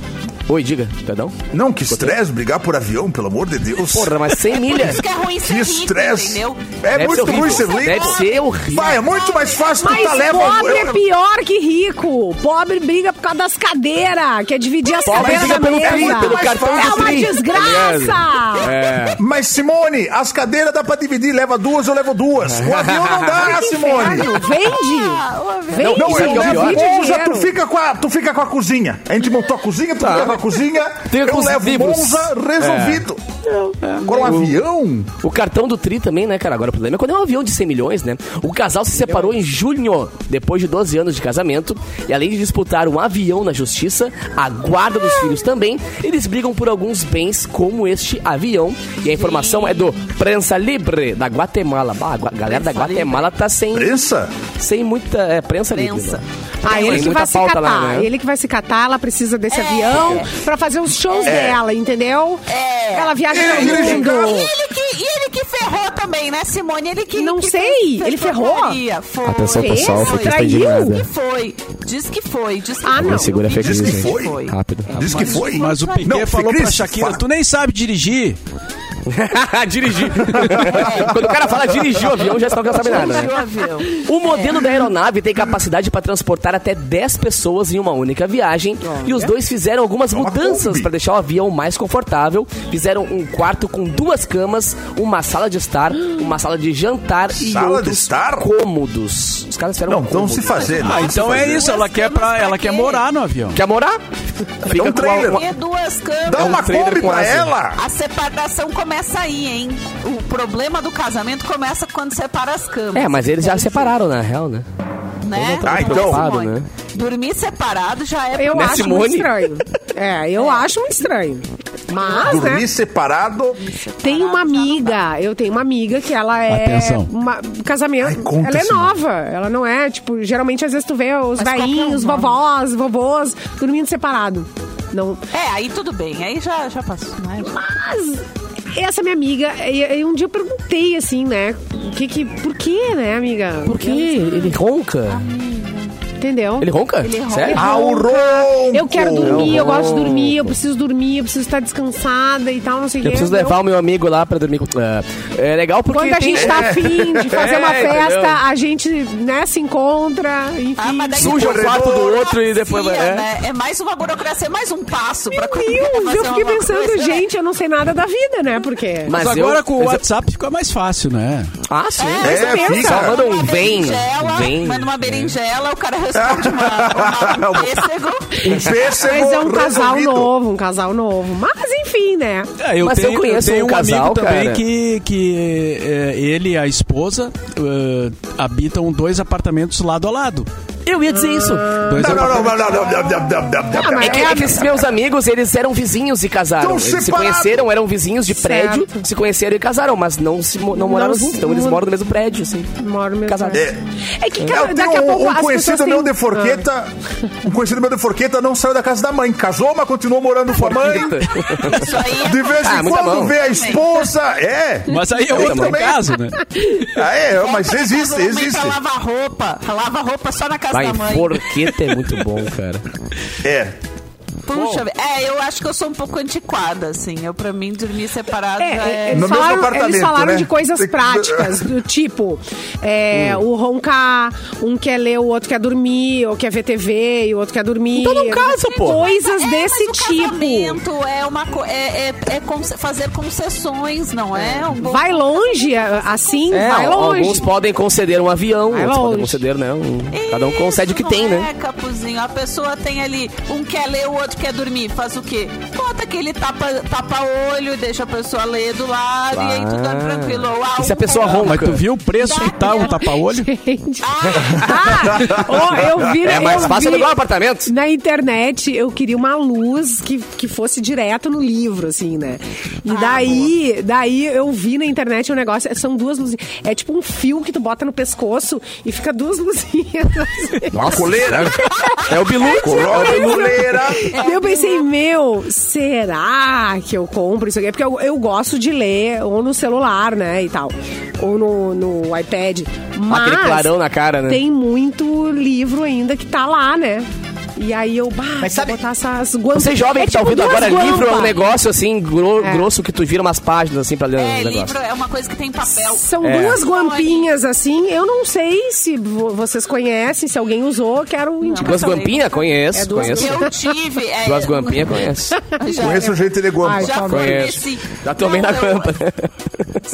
Speaker 6: Oi, diga, perdão.
Speaker 4: Não, que estresse brigar por avião, pelo amor de Deus.
Speaker 6: Porra, mas 100 milhas.
Speaker 5: Isso que é ruim ser
Speaker 4: que
Speaker 5: rico,
Speaker 4: estresse.
Speaker 5: entendeu?
Speaker 4: É
Speaker 6: Deve ser
Speaker 4: muito ruim
Speaker 6: horrível.
Speaker 4: ser rico.
Speaker 6: Deve ser horrível.
Speaker 4: Vai, é muito mais fácil tu
Speaker 3: Mas
Speaker 4: tá leva.
Speaker 6: um-
Speaker 3: pobre
Speaker 4: eu-
Speaker 3: é pior que rico. Pobre briga por causa das cadeiras, que é dividir as
Speaker 6: Pobre
Speaker 3: cadeiras
Speaker 6: briga
Speaker 3: da
Speaker 6: pelo
Speaker 3: mesa.
Speaker 6: tri,
Speaker 4: pelo cartão
Speaker 3: é
Speaker 4: do
Speaker 3: uma É.
Speaker 6: tri.
Speaker 3: desgraça.
Speaker 4: Mas, Simone, as cadeiras dá pra dividir. Leva duas, eu levo duas. O avião não dá, Simone.
Speaker 3: Inferno, Vende. Vende.
Speaker 6: É. Não,
Speaker 4: Não,
Speaker 6: Isso aqui
Speaker 4: eu
Speaker 6: é o
Speaker 4: levo
Speaker 6: pior.
Speaker 4: Monza,
Speaker 3: Dinheiro.
Speaker 4: tu fica, com a, tu fica com a cozinha. A gente montou a cozinha, tu leva a
Speaker 6: Tá.
Speaker 4: cozinha,
Speaker 6: Tem
Speaker 4: eu
Speaker 6: os
Speaker 4: levo
Speaker 6: livros.
Speaker 4: Monza, resolvido.
Speaker 6: É.
Speaker 4: Agora um avião?
Speaker 6: O cartão do Tri também, né, cara? Agora o problema é quando é um avião de 100 milhões, né? O casal se separou em junho, depois de 12 anos de casamento. E além de disputar um avião na justiça, a guarda dos filhos também, eles brigam por alguns bens, como este avião. E a informação é do Prensa Libre, da Guatemala. Bah, a gua- galera da Guatemala tá sem,
Speaker 4: Prensa?
Speaker 6: sem muita. É, prensa, Livre.
Speaker 5: Prensa.
Speaker 6: né?
Speaker 3: Ah,
Speaker 6: Tem
Speaker 3: ele que
Speaker 6: muita
Speaker 3: vai se
Speaker 6: pauta
Speaker 3: catar.
Speaker 6: lá, né? É.
Speaker 3: Ele que vai se catar, ela precisa desse avião pra fazer os shows dela, entendeu?
Speaker 5: É.
Speaker 3: Ela viaja
Speaker 4: Ele-
Speaker 3: pelo
Speaker 4: ele-
Speaker 3: mundo.
Speaker 5: E
Speaker 4: ele-
Speaker 5: ele, que, e ele que ferrou também, né, Simone? Ele que.
Speaker 3: Não
Speaker 5: que
Speaker 3: sei, ele ferrou?
Speaker 5: porcaria. Foi.
Speaker 8: Atenção,
Speaker 3: Fez?
Speaker 8: pessoal, foi questão
Speaker 3: Traiu?
Speaker 8: indignada.
Speaker 5: Foi. Diz que foi. Diz que
Speaker 3: Ah,
Speaker 5: foi.
Speaker 3: não.
Speaker 8: segura a
Speaker 5: Eu vi
Speaker 8: fake
Speaker 4: Diz que
Speaker 8: Isso,
Speaker 4: foi.
Speaker 8: Rápido.
Speaker 4: Diz que foi.
Speaker 1: Mas o Piquet
Speaker 4: Não,
Speaker 1: falou pra
Speaker 4: Fecris,
Speaker 1: Shakira,
Speaker 4: fala.
Speaker 1: tu nem sabe dirigir.
Speaker 6: dirigir. Quando o cara fala dirigir o avião, já está que não sabe nada. né?
Speaker 5: Dirigiu o avião.
Speaker 6: O modelo da aeronave tem capacidade para transportar até 10 pessoas em uma única viagem. E os dois fizeram algumas
Speaker 4: uma
Speaker 6: mudanças
Speaker 4: Kombi.
Speaker 6: para deixar o avião mais confortável. Fizeram um quarto com duas camas, uma sala de estar, uma sala de jantar e
Speaker 4: Sala de
Speaker 6: outros
Speaker 4: estar?
Speaker 6: cômodos. Os caras fizeram um
Speaker 4: Não, então
Speaker 6: cômodos.
Speaker 4: se fazer.
Speaker 1: Ah,
Speaker 4: não se
Speaker 1: então é
Speaker 4: fazer.
Speaker 1: isso, ela quer, pra, ela quer morar no avião.
Speaker 6: Quer morar? Fica
Speaker 4: um
Speaker 6: com uma-
Speaker 4: trailer.
Speaker 6: uma-
Speaker 5: E duas câmeras.
Speaker 4: Dá uma
Speaker 6: é um trailer
Speaker 4: Kombi
Speaker 6: com
Speaker 4: pra
Speaker 6: asa.
Speaker 4: ela!
Speaker 5: A separação começa aí, hein? O problema do casamento começa quando separa as camas.
Speaker 6: É, mas eles já separaram, na real, né?
Speaker 3: É,
Speaker 5: né?
Speaker 4: Ah, então.
Speaker 5: Simone,
Speaker 6: Né?
Speaker 5: Dormir separado já é.
Speaker 3: Eu
Speaker 6: Né,
Speaker 3: acho muito
Speaker 6: Simone?
Speaker 3: estranho. É, eu acho muito estranho.
Speaker 6: Ah,
Speaker 3: Mas, né?
Speaker 4: Dormir separado.
Speaker 3: Tem uma amiga, eu tenho uma amiga que ela é
Speaker 1: Atenção.
Speaker 3: uma- um casamento,
Speaker 4: Ai, conta,
Speaker 3: ela é
Speaker 4: Simone.
Speaker 3: nova, ela não é, tipo, geralmente às vezes tu vê os
Speaker 5: Mas qual que é o
Speaker 3: bainhos,
Speaker 5: nome?
Speaker 3: vovós, vovôs dormindo separado. Não,
Speaker 5: É, aí tudo bem, aí já, já passou. Né?
Speaker 3: mas essa minha amiga, e, e um dia eu perguntei assim, né, o que que, por que, né, amiga?
Speaker 6: Porque ele ronca.
Speaker 3: Entendeu?
Speaker 6: Ele ronca? Sério?
Speaker 4: Ah, o
Speaker 5: é
Speaker 4: ronco!
Speaker 3: Eu quero dormir, eu gosto de dormir, eu preciso dormir, eu preciso estar descansada e tal, não sei o que.
Speaker 6: Eu preciso levar o meu amigo lá pra dormir com. É, é legal porque.
Speaker 3: Quando a
Speaker 6: tem-
Speaker 3: gente tá
Speaker 4: É,
Speaker 3: afim de fazer uma
Speaker 6: É, entendeu?
Speaker 3: festa, a gente, né, se encontra, enfim.
Speaker 5: Ah, mas daí
Speaker 6: Suja o
Speaker 5: depois-
Speaker 6: quarto do outro e
Speaker 5: burocracia,
Speaker 6: depois vai. É.
Speaker 5: né? É mais uma burocracia, é mais um passo pra
Speaker 3: Meu Deus,
Speaker 5: fazer
Speaker 3: eu fiquei
Speaker 5: uma coisa,
Speaker 3: pensando,
Speaker 5: né?
Speaker 3: gente, eu não sei nada da vida, né? Porque.
Speaker 1: Mas,
Speaker 6: eu-
Speaker 1: agora com o
Speaker 6: mas eu-
Speaker 1: WhatsApp fica mais fácil, né?
Speaker 6: Ah, sim.
Speaker 4: É,
Speaker 3: você pensa.
Speaker 4: fica.
Speaker 6: Só manda um
Speaker 5: Uma
Speaker 6: vem.
Speaker 5: berinjela,
Speaker 6: Vem.
Speaker 5: Manda uma berinjela, o cara responde uma, uma pêssego.
Speaker 4: Um pêssego
Speaker 3: Mas é um casal
Speaker 4: resolvido.
Speaker 3: novo, um casal novo. Mas enfim, né?
Speaker 1: É, eu
Speaker 6: Mas eu
Speaker 1: tenho,
Speaker 6: conheço
Speaker 1: tenho
Speaker 6: um
Speaker 1: um,
Speaker 6: casal,
Speaker 1: amigo também
Speaker 6: cara.
Speaker 1: que, que é, ele e a esposa eh, habitam dois apartamentos lado a lado.
Speaker 6: Eu ia dizer isso.
Speaker 1: Dois
Speaker 4: Não, não,
Speaker 1: apartamentos.
Speaker 4: não, não, não, não, não, não, não, não,
Speaker 3: Ah,
Speaker 4: não.
Speaker 6: É que, é que esses meus amigos, eles eram vizinhos e casaram.
Speaker 4: Tão
Speaker 6: Eles se
Speaker 4: separado.
Speaker 6: conheceram, eram vizinhos de prédio,
Speaker 3: Certo.
Speaker 6: se conheceram e casaram, mas não, se, mo- não moraram
Speaker 3: Não
Speaker 6: juntos.
Speaker 3: se-
Speaker 6: Então eles moram no mesmo prédio, assim.
Speaker 3: Moro meu
Speaker 6: Casal.
Speaker 3: pai. É que cara,
Speaker 4: Eu
Speaker 3: daqui a
Speaker 4: tenho
Speaker 3: pouco
Speaker 4: um, um
Speaker 3: as pessoas
Speaker 4: conhecido
Speaker 3: têm...
Speaker 4: meu de Forqueta. Um conhecido meu de Forqueta não saiu da casa da mãe. Casou, mas continuou morando com a mãe.
Speaker 5: Isso aí é
Speaker 4: De vez
Speaker 6: Ah,
Speaker 4: em
Speaker 6: muito
Speaker 4: quando
Speaker 6: bom.
Speaker 4: vê a esposa. É.
Speaker 1: Mas aí é
Speaker 4: Eu
Speaker 1: outro
Speaker 4: também.
Speaker 1: caso, né?
Speaker 4: Ah, é, mas
Speaker 5: pra casa da
Speaker 4: existe,
Speaker 5: mãe
Speaker 4: existe.
Speaker 5: Pra lavar roupa. Pra lavar roupa só na casa
Speaker 6: Vai,
Speaker 5: da mãe.
Speaker 6: forqueta é muito bom, cara.
Speaker 4: É.
Speaker 5: Puxa, vida. é, eu acho que eu sou um pouco antiquada, assim. Eu, pra mim, dormir separado já
Speaker 3: É,
Speaker 5: é.
Speaker 3: eles,
Speaker 4: No mesmo
Speaker 3: falaram,
Speaker 4: apartamento,
Speaker 3: eles falaram
Speaker 4: né?
Speaker 3: de coisas
Speaker 4: Tem que-
Speaker 3: práticas, do tipo é, o roncar, um quer ler, o outro quer dormir, ou quer ver TV e o outro quer dormir.
Speaker 6: Então não casa, pô.
Speaker 3: Coisas
Speaker 5: É,
Speaker 3: desse
Speaker 5: mas o
Speaker 3: tipo.
Speaker 5: casamento É uma co- é, é, é con- fazer concessões, não é? Um bom-
Speaker 3: Vai longe a- assim,
Speaker 6: É,
Speaker 3: vai
Speaker 6: al-
Speaker 3: longe.
Speaker 6: alguns podem conceder um avião,
Speaker 3: Vai
Speaker 6: outros podem
Speaker 3: longe.
Speaker 6: conceder, né? um- cada um concede o que
Speaker 5: Isso
Speaker 6: tem,
Speaker 5: não
Speaker 6: né?
Speaker 5: É, Capuzinho. A pessoa tem ali, um quer ler, o outro quer dormir. Faz o quê? Bota aquele tapa-olho, tapa tapa-olho, deixa a pessoa ler do lado e aí tudo é tranquilo. Ou, ah,
Speaker 6: E se a
Speaker 5: um
Speaker 6: pessoa
Speaker 5: quer-
Speaker 6: ronca?
Speaker 1: Mas tu viu o preço que tá um tapa-olho?
Speaker 3: Gente. Ah, ó, eu vi,
Speaker 6: É mais
Speaker 3: eu
Speaker 6: fácil
Speaker 3: vi
Speaker 6: alugar um apartamento.
Speaker 3: Na internet, eu queria uma luz que, que fosse direto no livro, assim, né? E daí, daí eu vi na internet um negócio, são duas luzinhas. É tipo um fio que tu bota no pescoço e fica duas luzinhas. assim.
Speaker 6: Nossa,
Speaker 4: Coleira.
Speaker 6: É o Bilu.
Speaker 4: Coroa coleira.
Speaker 3: Daí eu pensei, meu, será que eu compro isso aqui? É Porque eu, eu gosto de ler ou no celular, né, e tal. Ou no, no iPad. Mas
Speaker 6: Aquele clarão na cara, né?
Speaker 3: tem muito livro ainda que tá lá, né? E aí eu, bah, vou
Speaker 6: sabe-
Speaker 3: botar essas guampas.
Speaker 6: Você jovem
Speaker 3: É
Speaker 6: que tá
Speaker 3: tipo
Speaker 6: ouvindo
Speaker 3: duas
Speaker 6: agora, livro é um
Speaker 3: guampas.
Speaker 6: negócio assim, gro-
Speaker 3: É.
Speaker 6: grosso, que tu vira umas páginas assim pra ler
Speaker 5: É,
Speaker 6: um negócio.
Speaker 5: livro é uma coisa que tem papel.
Speaker 3: São
Speaker 6: É.
Speaker 3: duas guampinhas assim. Eu não sei se vo- vocês conhecem, se alguém usou, quero
Speaker 5: é
Speaker 3: indicar.
Speaker 6: Duas guampinhas? Conheço,
Speaker 3: É duas
Speaker 6: conheço.
Speaker 5: Eu tive. é,
Speaker 6: Duas guampinhas, conheço.
Speaker 5: Já- é.
Speaker 4: Conheço o jeito de
Speaker 3: Ai,
Speaker 4: guampa.
Speaker 5: Já
Speaker 6: Conheço.
Speaker 5: forneci.
Speaker 6: Já tomei na
Speaker 5: eu-
Speaker 6: guampa.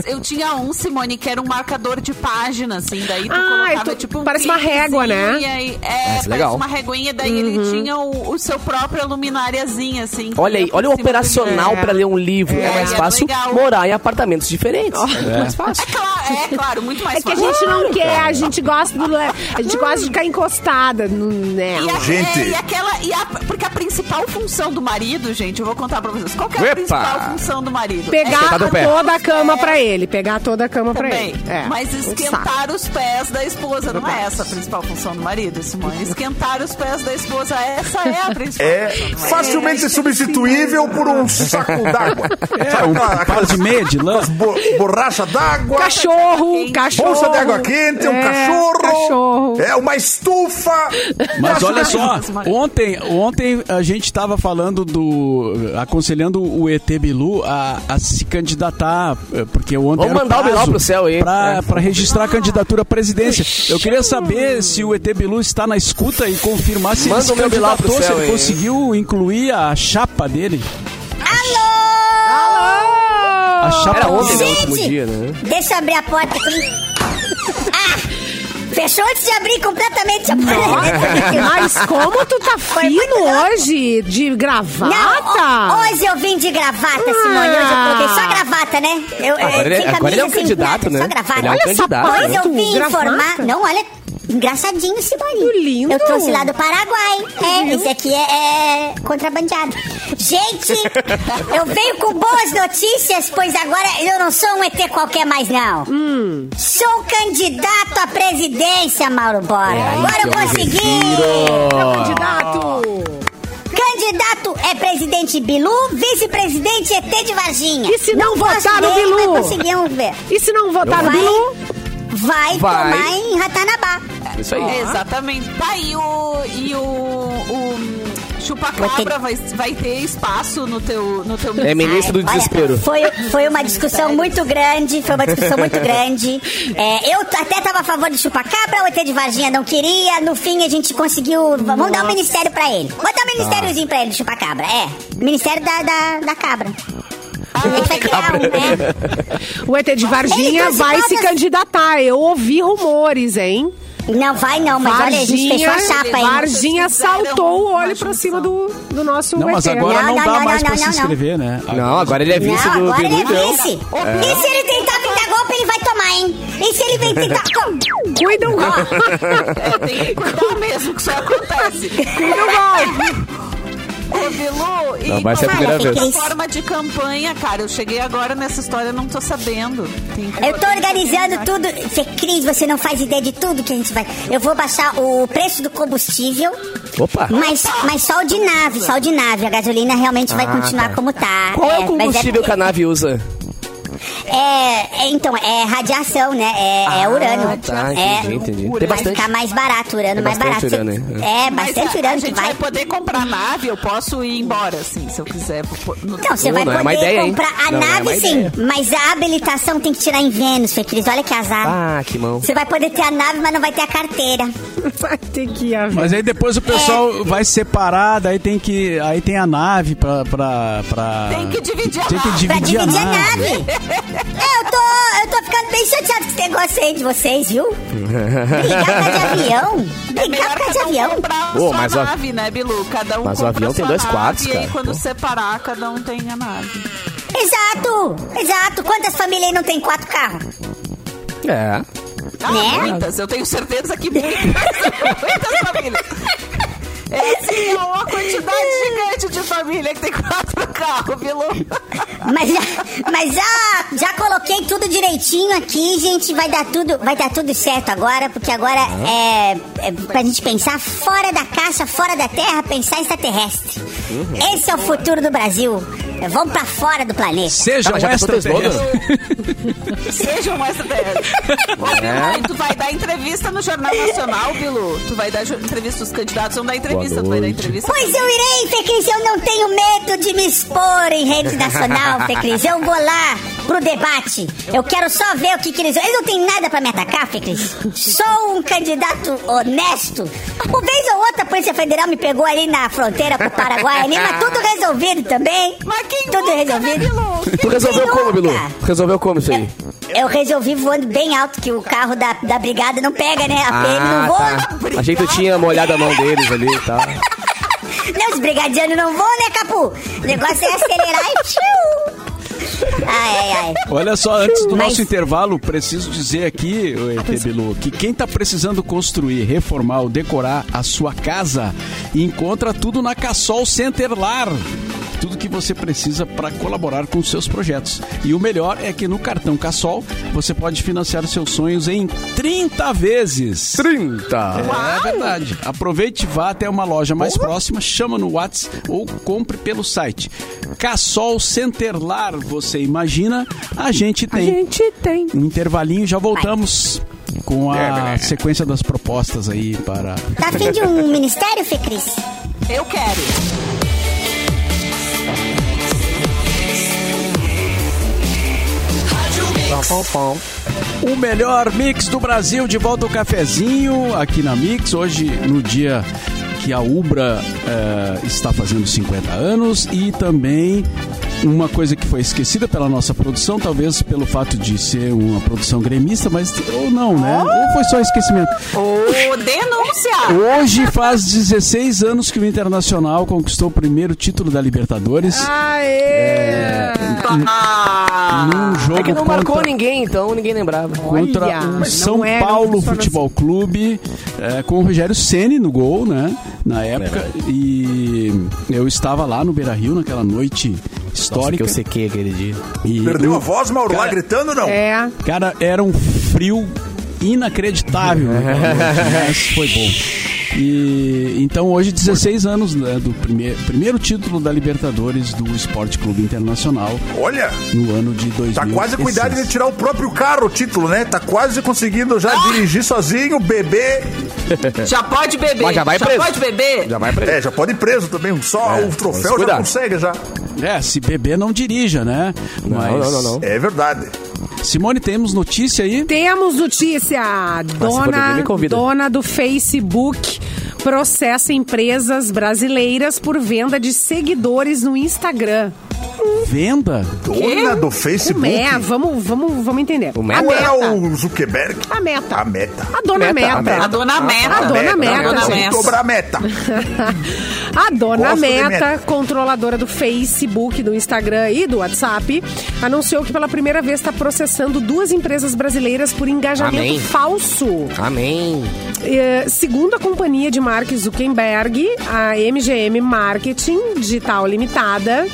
Speaker 5: Eu tinha um, Simone, que era um marcador de página, assim. Daí tu
Speaker 3: Ah,
Speaker 5: colocava,
Speaker 3: tu-
Speaker 5: tipo, um
Speaker 3: parece uma
Speaker 5: clipezinho,
Speaker 3: régua, né? Uhum.
Speaker 5: E aí, é, parece
Speaker 6: Ah, legal.
Speaker 5: uma reguinha. Daí ele tinha o, o seu próprio lumináriazinha, assim. que
Speaker 6: Olha aí,
Speaker 5: ia por
Speaker 6: olha o
Speaker 5: cima do
Speaker 6: operacional
Speaker 3: É.
Speaker 6: pra ler um livro. É,
Speaker 5: É,
Speaker 6: mais
Speaker 5: é
Speaker 6: fácil
Speaker 5: legal.
Speaker 6: morar em apartamentos diferentes.
Speaker 3: Oh.
Speaker 6: É mais fácil.
Speaker 5: livro. É claro, é claro, muito mais
Speaker 3: É que a
Speaker 5: fácil.
Speaker 3: gente não quer, a gente gosta do, a gente gosta de ficar encostada no né?
Speaker 5: E
Speaker 3: nela.
Speaker 5: a-
Speaker 4: Gente.
Speaker 5: é, e aquela, e a- porque a principal função do marido, gente, eu vou contar pra vocês. Qual que é a
Speaker 6: Epa!
Speaker 5: principal função do marido? É
Speaker 3: Pegar
Speaker 6: Esquentar o pé.
Speaker 3: toda a cama pra ele, pegar toda a cama pra
Speaker 5: Também.
Speaker 3: ele. É,
Speaker 5: Mas
Speaker 3: um saco.
Speaker 5: esquentar os pés da esposa não é essa a principal função do marido, Simone. Esquentar os pés da esposa, essa é a principal.
Speaker 4: É
Speaker 5: função do marido.
Speaker 4: facilmente substituível por um saco d'água.
Speaker 1: É, um par de meia de lã.
Speaker 4: Bo- borracha d'água.
Speaker 3: Cachorro, cachorro.
Speaker 4: Bolsa de água quente, um cachorro.
Speaker 3: Cachorro.
Speaker 4: É uma estufa!
Speaker 1: Mas olha só,
Speaker 5: Mas, Maria.
Speaker 1: ontem, ontem a gente estava falando do. aconselhando o ET Bilu a, a se candidatar, eh, porque ontem. era
Speaker 6: Vamos mandar o
Speaker 1: prazo
Speaker 6: Bilau pro céu aí.
Speaker 1: Pra,
Speaker 6: É.
Speaker 1: pra registrar a candidatura à presidência. Eu queria saber se o ET Bilu está na escuta e confirmar se
Speaker 6: Manda
Speaker 1: ele se
Speaker 6: o meu Bilau pro
Speaker 1: candidatou, se
Speaker 6: céu
Speaker 1: ele
Speaker 6: aí.
Speaker 1: conseguiu incluir a chapa dele.
Speaker 3: Ah,
Speaker 1: A
Speaker 5: É.
Speaker 1: chapa
Speaker 6: Era ontem,
Speaker 1: dele.
Speaker 6: né? o último
Speaker 7: Gente!
Speaker 6: dia, né?
Speaker 7: Deixa eu abrir a porta aqui. Ah! Fechou antes de abrir completamente a porta.
Speaker 3: Mas como tu tá fino hoje de gravata? Ah.
Speaker 7: Não, ho- hoje eu vim de gravata, Simone. Hoje eu coloquei só gravata, né? Eu, eu-
Speaker 6: Agora ele-
Speaker 7: sem
Speaker 6: agora ele é um
Speaker 7: camisa, sem
Speaker 6: candidato,
Speaker 7: nada,
Speaker 6: né?
Speaker 7: Só gravata.
Speaker 6: Ele é um Olha essa candidato, parte,
Speaker 7: Hoje eu vim
Speaker 3: gravata.
Speaker 7: informar. Não, olha. Engraçadinho esse bolinho.
Speaker 3: Que lindo.
Speaker 7: Eu trouxe lá do Paraguai. É, esse aqui é, é contrabandeado. Gente, eu venho com boas notícias, pois agora eu não sou um ET qualquer mais, não.
Speaker 3: Hum.
Speaker 7: Sou candidato à presidência, Mauro Bora.
Speaker 6: É
Speaker 7: agora eu consegui!
Speaker 3: Candidato!
Speaker 7: Candidato é presidente Bilu, vice-presidente ET de Varginha.
Speaker 3: E se não
Speaker 7: votaram
Speaker 3: votar no Bilu?
Speaker 7: Mas conseguimos ver.
Speaker 3: E se não votar no
Speaker 7: Vai.
Speaker 3: Bilu?
Speaker 7: Vai,
Speaker 6: Vai.
Speaker 7: tomar em Ratanabá.
Speaker 6: Isso aí.
Speaker 5: Exatamente. Tá aí o. E o. o Chupacabra vai, vai ter espaço no teu. No teu
Speaker 6: É ministro do
Speaker 7: Olha,
Speaker 6: desespero.
Speaker 7: foi, foi uma discussão muito grande, foi uma discussão muito grande. É, eu até tava a favor de chupacabra, o ET de Varginha não queria, no fim a gente conseguiu... Vamos dar um ministério pra ele. Vamos
Speaker 6: Tá.
Speaker 7: dar um ministériozinho pra ele, de chupacabra, é. Ministério da, da, da cabra. A gente vai criar um, né?
Speaker 3: O ET de
Speaker 7: Ele
Speaker 3: Varginha
Speaker 7: trouxe
Speaker 3: vai se
Speaker 7: várias-
Speaker 3: candidatar. Eu ouvi rumores, hein?
Speaker 7: Não vai não, mas olha, a gente fechou a chapa, hein?
Speaker 3: Varginha
Speaker 5: Vocês fizeram um
Speaker 3: saltou o
Speaker 5: uma
Speaker 3: olho pra cima do, do nosso né?
Speaker 1: Não, mas
Speaker 3: ET.
Speaker 1: agora não,
Speaker 7: Não, não,
Speaker 1: dá
Speaker 7: não,
Speaker 1: mais
Speaker 7: não,
Speaker 1: pra se
Speaker 7: não, não.
Speaker 1: inscrever, né?
Speaker 6: Não, agora ele é vice
Speaker 7: Não,
Speaker 6: do
Speaker 7: agora
Speaker 6: Bilu,
Speaker 7: ele é
Speaker 6: então.
Speaker 7: vice. E se ele tentar pintar golpe, ele vai tomar, hein? E se ele vem tentar... um
Speaker 3: Cuidam
Speaker 5: É, tem que cuidar mesmo que isso acontece. Ô, Bilu, e
Speaker 6: Não, vai ser a
Speaker 5: como
Speaker 6: primeira
Speaker 5: é que é
Speaker 7: vez.
Speaker 5: forma de campanha, cara? Eu cheguei agora nessa história, eu não tô sabendo. Tem que-
Speaker 7: Eu tô organizando tudo. Fê, Cris, você não faz ideia de tudo que a gente vai... Eu vou baixar o preço do combustível,
Speaker 6: Opa.
Speaker 3: Ah,
Speaker 7: mas, mas só o de nave, só o de nave. A gasolina realmente vai continuar como tá.
Speaker 6: Ah, Qual é o
Speaker 7: mas
Speaker 6: combustível que a nave usa?
Speaker 7: É, é, então, é radiação, né? É, é urano.
Speaker 6: tá, entendi,
Speaker 7: é,
Speaker 6: entendi. Tem
Speaker 7: Vai
Speaker 6: bastante.
Speaker 7: ficar mais barato, urano mais
Speaker 6: bastante né?
Speaker 7: barato.
Speaker 6: urano, hein?
Speaker 7: é,
Speaker 5: Mas
Speaker 7: bastante
Speaker 5: a,
Speaker 7: urano
Speaker 5: a
Speaker 7: que
Speaker 5: gente vai... poder
Speaker 7: hum.
Speaker 5: comprar nave, eu posso ir embora, assim, se eu quiser. Vou pôr no-
Speaker 7: Então, você
Speaker 6: Pô,
Speaker 7: vai
Speaker 6: não é
Speaker 7: poder
Speaker 6: uma ideia, hein?
Speaker 7: comprar
Speaker 6: Não,
Speaker 7: a
Speaker 6: não é
Speaker 7: nave,
Speaker 6: uma
Speaker 7: sim.
Speaker 6: ideia.
Speaker 7: Mas a habilitação tem que tirar em Vênus, Fê Cris. Olha que azar.
Speaker 6: Ah, que mão.
Speaker 7: Você vai poder ter a nave, mas não vai ter a carteira.
Speaker 3: Vai ter que ir a ver.
Speaker 1: Mas aí depois o pessoal vai separar, daí tem que. Aí tem a nave pra. pra, pra-
Speaker 5: Tem que dividir a
Speaker 1: Tem que
Speaker 5: nave.
Speaker 7: Pra
Speaker 1: dividir,
Speaker 7: dividir a nave. é, eu tô, eu tô ficando bem chateado com esse negócio aí de vocês, viu? Brigar por causa de avião?
Speaker 6: É
Speaker 7: Brigar
Speaker 5: Melhor
Speaker 7: por causa de
Speaker 5: cada um
Speaker 7: avião?
Speaker 5: comprar a
Speaker 6: Pô,
Speaker 5: sua
Speaker 6: mas o-
Speaker 5: nave, né, Bilu? Cada um
Speaker 6: mas o
Speaker 5: compra
Speaker 6: avião
Speaker 5: a
Speaker 6: tem
Speaker 5: sua
Speaker 6: dois quartos,
Speaker 5: nave, E aí,
Speaker 6: cara.
Speaker 5: quando
Speaker 6: Pô.
Speaker 5: separar, cada um tem a nave.
Speaker 7: Exato, exato. Quantas famílias aí não tem quatro carros?
Speaker 6: É.
Speaker 5: Ah,
Speaker 7: Né?
Speaker 5: muitas. Eu tenho certeza que muitas. muitas famílias. É, sim, é uma quantidade gigante de família que tem quatro carros, Bilu.
Speaker 7: Mas, já- mas já, já coloquei tudo direitinho aqui, gente. Vai dar tudo, vai dar tudo certo agora, porque agora é, é pra gente pensar fora da caixa, fora da terra, pensar extraterrestre. Esse é o futuro do Brasil. É, Vamos pra fora do planeta.
Speaker 1: Seja
Speaker 6: Ah, mas
Speaker 1: um
Speaker 6: já passou teu
Speaker 1: extraterrestre.
Speaker 6: slogan?
Speaker 5: Seja um STS. Ô,
Speaker 6: é?
Speaker 5: Bilu, e tu vai dar entrevista no Jornal Nacional, Bilu? Tu vai dar ju- entrevista, os candidatos vão dar entrevista, tu vai dar entrevista.
Speaker 7: Pois eu irei, Fecris, eu não tenho medo de me expor em rede nacional, Fecris. Eu vou lá pro debate. Eu quero só ver o que, que eles. Eles não têm nada pra me atacar, Fecris. Sou um candidato honesto. Uma vez ou outra a Polícia Federal me pegou ali na fronteira pro Paraguai, ali, mas tudo resolvido também.
Speaker 5: Mas quem
Speaker 7: tudo
Speaker 5: nunca, né, Bilu? Quem
Speaker 6: Tu resolveu
Speaker 7: Quem
Speaker 6: como, Bilu?
Speaker 7: nunca?
Speaker 6: Resolveu como isso aí?
Speaker 7: Eu resolvi voando bem alto, que o carro da, da brigada não pega, né? A PM não voa.
Speaker 6: tá. Achei que tu tinha molhado a mão deles ali tá? e tal.
Speaker 7: Não, os brigadianos não vão, né, Capu? O negócio é acelerar e... tchiu. Ai, ai, ai.
Speaker 1: Olha só, antes do
Speaker 7: Mas-
Speaker 1: nosso intervalo, preciso dizer aqui, ô ET Bilu, que quem tá precisando construir, reformar ou decorar a sua casa, encontra tudo na Cassol Centerlar. Tudo que você precisa para colaborar com os seus projetos. E o melhor é que no cartão Cassol você pode financiar os seus sonhos em 30 vezes.
Speaker 6: 30.
Speaker 1: É verdade. Aproveite, e vá até uma loja mais próxima, chama no Whats ou compre pelo site. Cassol Centerlar, você imagina? A gente tem.
Speaker 3: A gente tem.
Speaker 1: Um intervalinho, já voltamos. com a sequência das propostas aí para.
Speaker 7: Tá afim de um ministério, Fecris?
Speaker 5: Eu quero.
Speaker 1: O melhor mix do Brasil, de volta ao cafezinho aqui na Mix, hoje no dia que a Ubra eh, está fazendo 50 anos e também uma coisa que foi esquecida pela nossa produção, talvez pelo fato de ser uma produção gremista, mas ou não, né?
Speaker 6: Ah!
Speaker 1: Ou foi só esquecimento.
Speaker 5: Ô, denúncia!
Speaker 1: Hoje faz 16 anos que o Internacional conquistou o primeiro título da Libertadores
Speaker 3: Aê!
Speaker 1: É. num jogo
Speaker 6: É que não
Speaker 1: contra-
Speaker 6: marcou ninguém, então ninguém lembrava.
Speaker 1: contra
Speaker 3: Olha,
Speaker 1: o
Speaker 3: não
Speaker 1: São
Speaker 3: é, não
Speaker 1: Paulo
Speaker 3: funciona
Speaker 1: Futebol Clube, é, com o Rogério Ceni no gol, né? Na época. E eu estava lá no Beira Rio naquela noite histórica.
Speaker 2: eu sequei aquele dia.
Speaker 1: e
Speaker 4: Perdeu
Speaker 1: o-
Speaker 4: a voz, Mauro, lá gritando não?
Speaker 3: É.
Speaker 1: Cara, era um frio inacreditável. naquela noite, mas foi bom. E, então hoje 16 anos né, do primeiro, primeiro título da Libertadores do Esporte Clube Internacional
Speaker 4: Olha,
Speaker 1: no ano de 2000.
Speaker 4: tá quase com idade de tirar o próprio carro, o título, né? Tá quase conseguindo já dirigir sozinho, beber.
Speaker 5: Já pode beber.
Speaker 6: É. Mas já vai preso.
Speaker 5: pode beber.
Speaker 6: Já vai pra
Speaker 4: É, já pode ir preso também, só o troféu já
Speaker 6: cuidar.
Speaker 4: consegue já.
Speaker 1: É, se beber não dirija, né?
Speaker 6: Não, não, não, não.
Speaker 4: É verdade.
Speaker 1: Simone, temos notícia aí?
Speaker 3: Temos notícia.
Speaker 6: poder,
Speaker 3: Dona,
Speaker 6: me convida.
Speaker 3: dona do Facebook processa empresas brasileiras por venda de seguidores no Instagram.
Speaker 1: Venda?
Speaker 4: Dona do Facebook.
Speaker 3: Como é? Vamos, vamos, vamos entender.
Speaker 6: O
Speaker 3: a
Speaker 6: Meta?
Speaker 4: Não é
Speaker 3: meta.
Speaker 4: o Zuckerberg?
Speaker 3: A meta.
Speaker 4: A meta.
Speaker 3: A dona
Speaker 6: Meta,
Speaker 3: Meta.
Speaker 6: a
Speaker 5: A dona Meta.
Speaker 3: A dona Meta,
Speaker 5: A dona
Speaker 3: gente.
Speaker 4: Vamos dobrar a meta.
Speaker 3: A dona
Speaker 4: né? Gosto de
Speaker 3: Meta,
Speaker 4: meta.
Speaker 3: controladora do Facebook, do Instagram e do WhatsApp, anunciou que pela primeira vez está processando duas empresas brasileiras por engajamento
Speaker 6: Amém.
Speaker 3: falso.
Speaker 6: Amém.
Speaker 3: É, segundo a companhia de Mark Zuckerberg, a MGM Marketing Digital Limitada.